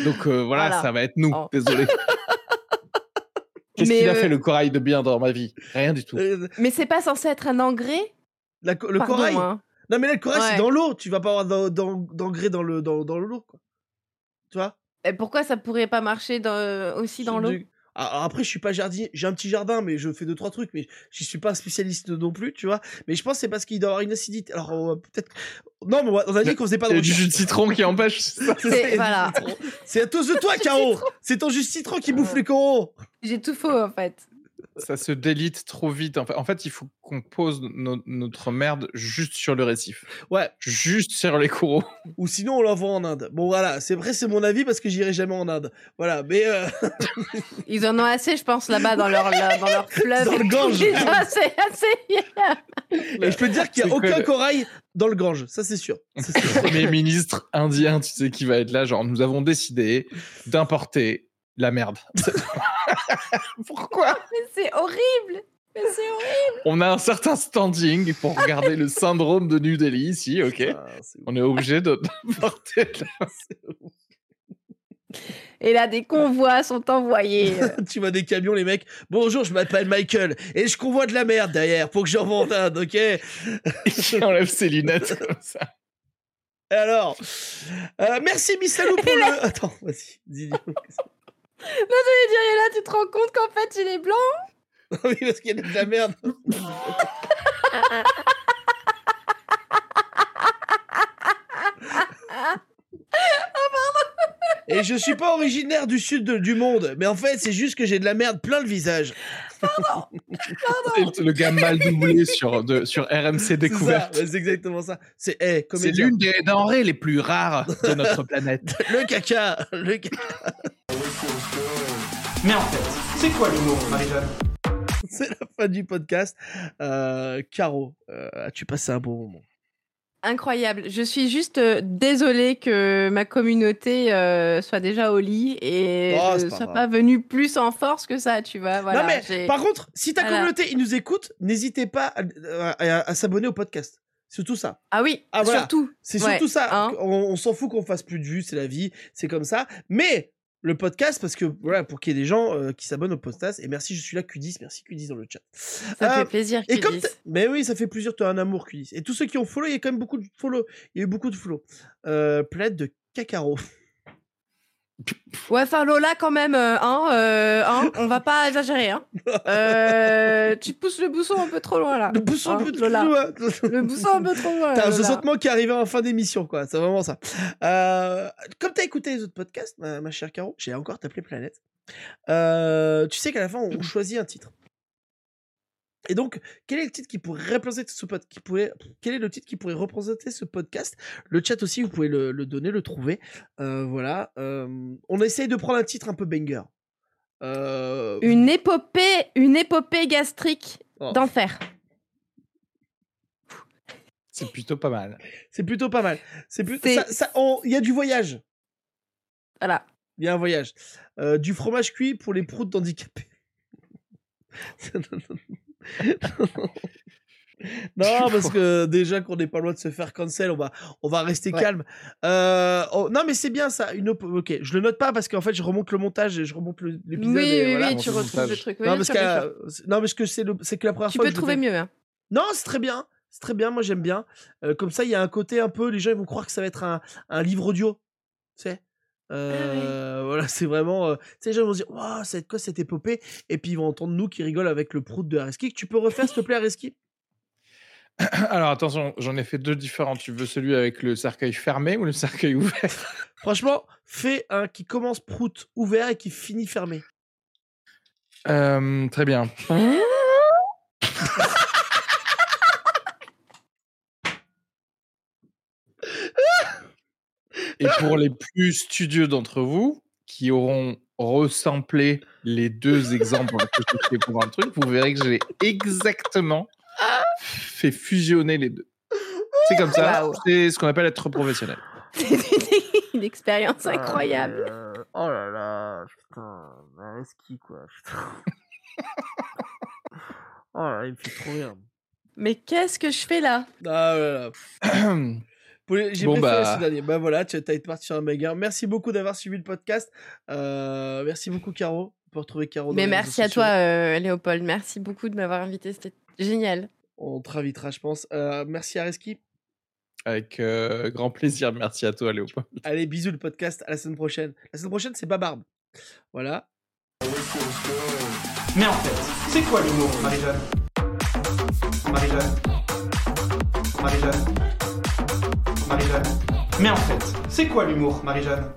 Speaker 1: Donc euh, voilà,
Speaker 3: Voilà.
Speaker 1: ça va être nous.
Speaker 3: Oh.
Speaker 1: Désolé. Qu'est-ce
Speaker 3: Mais,
Speaker 1: qu'il a
Speaker 3: euh,
Speaker 1: fait le corail de bien dans ma vie Rien du tout.
Speaker 2: Euh,
Speaker 3: mais c'est pas censé être un engrais
Speaker 2: la co- le
Speaker 3: Pardon,
Speaker 2: corail.
Speaker 3: hein.
Speaker 2: Non, mais là, le corail, c'est
Speaker 3: Ouais.
Speaker 2: dans l'eau. Tu vas pas avoir d'en- d'en- d'engrais dans le dans, dans le lot, quoi. Tu vois
Speaker 3: Et pourquoi ça pourrait pas marcher dans- euh, aussi dans l'eau
Speaker 2: Du- Ah, alors après, je suis pas jardinier. J'ai un petit jardin, mais je fais deux trois trucs, mais j'y suis pas spécialiste non plus, tu vois. Mais je pense que c'est parce qu'il doit avoir une acidité. Alors on va peut-être. Non, mais on va- on a dit qu'on faisait pas
Speaker 1: Il
Speaker 2: de
Speaker 1: y a du
Speaker 2: recherche.
Speaker 1: jus de citron qui empêche. c'est ça
Speaker 3: C'est- voilà.
Speaker 2: C'est à cause de toi, Caro. C'est ton jus de citron qui bouffe les coraux.
Speaker 3: j'ai tout faux en fait
Speaker 1: ça se délite trop vite. En fait, en fait il faut qu'on pose no- notre merde juste sur le récif.
Speaker 2: Ouais.
Speaker 1: Juste sur les coraux.
Speaker 2: Ou sinon, on l'envoie en Inde. Bon, voilà. C'est vrai, c'est mon avis parce que j'irai jamais en Inde. Voilà. Mais euh,
Speaker 3: Ils en ont assez, je pense, là-bas, dans leur, la- dans leur fleuve.
Speaker 2: Dans le Gange.
Speaker 3: Ils en ont assez, assez.
Speaker 2: et je peux te dire qu'il y
Speaker 1: C'est
Speaker 2: a
Speaker 1: quoi
Speaker 2: aucun
Speaker 1: le-
Speaker 2: corail dans le Gange. Ça, c'est sûr. Ça, c'est sûr.
Speaker 1: Premier ministre indien, tu sais, qui va être là. Genre, nous avons décidé d'importer la merde. Pourquoi
Speaker 3: Mais c'est horrible. Mais c'est horrible.
Speaker 1: On a un certain standing pour regarder le syndrome de New Delhi ici, ok
Speaker 2: Ah, c'est ouf.
Speaker 1: On est obligé de- d'importer. la-
Speaker 3: Et là, des convois sont envoyés.
Speaker 2: tu vois des camions, les mecs. Bonjour, je m'appelle Michael et je convoie de la merde derrière pour que j'envoie en Inde, ok Et
Speaker 1: qui enlève ses lunettes comme ça.
Speaker 2: Alors, euh, merci Miss Salou pour le. Attends, vas-y, dis dis.
Speaker 3: Et dire, et là, tu te rends compte qu'en fait, il est blanc.
Speaker 2: oui, parce qu'il y a de la merde. Et je suis pas originaire du sud de- du monde, mais en fait, c'est juste que j'ai de la merde plein le visage.
Speaker 1: C'est Le gars mal doublé sur, de- sur RMC
Speaker 2: C'est ça,
Speaker 1: Découverte.
Speaker 2: ouais, C'est exactement ça. C'est, eh,
Speaker 1: C'est
Speaker 2: comédien.
Speaker 1: l'une des denrées les plus rares de notre planète.
Speaker 2: Le caca, le caca.
Speaker 4: Mais en fait, c'est quoi l'humour, Marie-Jeanne
Speaker 2: C'est la fin du podcast. Euh, Caro, euh, as-tu passé un bon moment
Speaker 3: Incroyable. Je suis juste euh, désolée que ma communauté euh, soit déjà au lit et
Speaker 2: Oh, c'est
Speaker 3: ne
Speaker 2: pas
Speaker 3: soit
Speaker 2: grave.
Speaker 3: pas venue plus en force que ça, tu vois. Voilà,
Speaker 2: non mais
Speaker 3: j'ai-
Speaker 2: par contre, si ta
Speaker 3: Voilà.
Speaker 2: communauté ils nous écoute, n'hésitez pas à, à- à- à s'abonner au podcast. C'est tout ça.
Speaker 3: Ah oui,
Speaker 2: Ah, voilà.
Speaker 3: surtout.
Speaker 2: C'est
Speaker 3: Ouais,
Speaker 2: surtout ça.
Speaker 3: hein.
Speaker 2: On, on s'en fout qu'on fasse plus de vues, c'est la vie, c'est comme ça. Mais le podcast, parce que voilà, pour qu'il y ait des gens euh, qui s'abonnent au podcast. Et merci, je suis là Q10, merci Q10 dans le chat.
Speaker 3: Ça
Speaker 2: Euh,
Speaker 3: fait plaisir
Speaker 2: Et
Speaker 3: qu'ils
Speaker 2: comme
Speaker 3: disent.
Speaker 2: t'as- mais oui, ça fait plusieurs, tu as un amour Q10. Et tous ceux qui ont follow, il y a quand même beaucoup de follow. Il y a eu beaucoup de follow. Euh, Planète de Cacaro.
Speaker 3: Ouais, enfin Lola quand même, euh, hein, euh, hein, on va pas exagérer. Hein. Euh, tu pousses le bousson un peu trop loin là.
Speaker 2: Le bousson
Speaker 3: Hein,
Speaker 2: un peu trop
Speaker 3: Lola.
Speaker 2: loin.
Speaker 3: Le bousson un peu trop loin.
Speaker 2: T'as un
Speaker 3: Lola.
Speaker 2: sentiment qui est arrivé en fin d'émission, quoi. C'est vraiment ça. Euh, comme t'as écouté les autres podcasts, ma, ma chère Caro, j'ai encore t'appelé Planète. Euh, tu sais qu'à la fin, on choisit un titre. Et donc, quel est le titre qui pourrait représenter ce pod- qui pourrait, quel est le titre qui pourrait représenter ce podcast Le chat aussi, vous pouvez le, le donner, le trouver. Euh, voilà. Euh, on essaye de prendre un titre un peu banger. Euh,
Speaker 3: Une épopée, une épopée gastrique
Speaker 2: Oh.
Speaker 3: d'enfer.
Speaker 1: C'est plutôt pas mal.
Speaker 2: C'est plutôt pas mal. C'est plus,
Speaker 3: C'est-
Speaker 2: ça, ça- on- il y a du voyage.
Speaker 3: Voilà.
Speaker 2: Il y a un voyage. Euh, du fromage cuit pour les proutes d'handicapés. non, non, non. Non, parce que déjà qu'on n'est pas loin de se faire cancel, on va, on va rester
Speaker 3: Ouais.
Speaker 2: calme. Euh, oh, non, mais c'est bien ça. Une op- ok, je le note pas parce qu'en fait, je remonte le montage et je remonte le-
Speaker 3: Oui,
Speaker 2: l'épisode. et
Speaker 3: oui,
Speaker 2: voilà.
Speaker 3: oui,
Speaker 1: on
Speaker 3: tu
Speaker 1: fait
Speaker 3: retrouves
Speaker 1: montage.
Speaker 3: le truc. Oui,
Speaker 2: non, parce
Speaker 3: bien sûr,
Speaker 2: que,
Speaker 3: bien sûr.
Speaker 2: euh, c'est- non, parce que c'est le- c'est que la première
Speaker 3: Tu
Speaker 2: fois
Speaker 3: peux
Speaker 2: que je le
Speaker 3: trouver
Speaker 2: fais.
Speaker 3: mieux. hein.
Speaker 2: Non, c'est très bien. C'est très bien. Moi, j'aime bien. Euh, comme ça, il y a un côté un peu. Les gens ils vont croire que ça va être un, un livre audio. Tu sais
Speaker 3: Ah
Speaker 2: Euh, Voilà, c'est vraiment. euh, tu sais, les gens vont se dire Waouh, ça va être quoi cette épopée Et puis, ils vont entendre nous qui rigolent avec le prout de Areski. Tu peux refaire, s'il te plaît, Areski
Speaker 1: Alors attention, j'en ai fait deux différents. Tu veux celui avec le cercueil fermé ou le cercueil ouvert
Speaker 2: Franchement, fais un qui commence prout ouvert et qui finit fermé.
Speaker 1: Euh, Très bien.
Speaker 2: Hein
Speaker 1: Et pour les plus studieux d'entre vous qui auront ressemblé les deux exemples que j'ai fait pour un truc, vous verrez que j'ai exactement fait fusionner les deux. C'est comme ça,
Speaker 3: Waouh.
Speaker 1: c'est ce qu'on appelle être professionnel.
Speaker 3: C'est une
Speaker 2: Ah,
Speaker 3: expérience incroyable.
Speaker 2: Oh là là, putain, Areski, quoi. oh là, il me fait trop rire.
Speaker 3: Mais qu'est-ce que je fais là
Speaker 2: Ah là là. Pour les- J'ai
Speaker 1: Bon,
Speaker 2: préféré
Speaker 1: bah.
Speaker 2: ce dernier. Bah voilà, tu as été parti sur un banger. Merci beaucoup d'avoir suivi le podcast. Euh, merci beaucoup, Caro. On peut retrouver Caro. dans
Speaker 3: Mais
Speaker 2: les
Speaker 3: merci
Speaker 2: réseaux
Speaker 3: à
Speaker 2: sociaux.
Speaker 3: toi, euh, Léopold. Merci beaucoup de m'avoir invité. C'était génial.
Speaker 2: On te ravitera, je pense. Euh, merci, Areski.
Speaker 1: Avec euh, grand plaisir. Merci à toi, Léopold.
Speaker 2: Allez, bisous le podcast. À la semaine prochaine. La semaine prochaine, c'est Babarbe. Voilà.
Speaker 4: Mais en fait, c'est quoi l'humour Marie-Jeanne Marie-Jeanne Marie-Jeanne Marie-Jeanne Mais en fait, c'est quoi l'humour Marie-Jeanne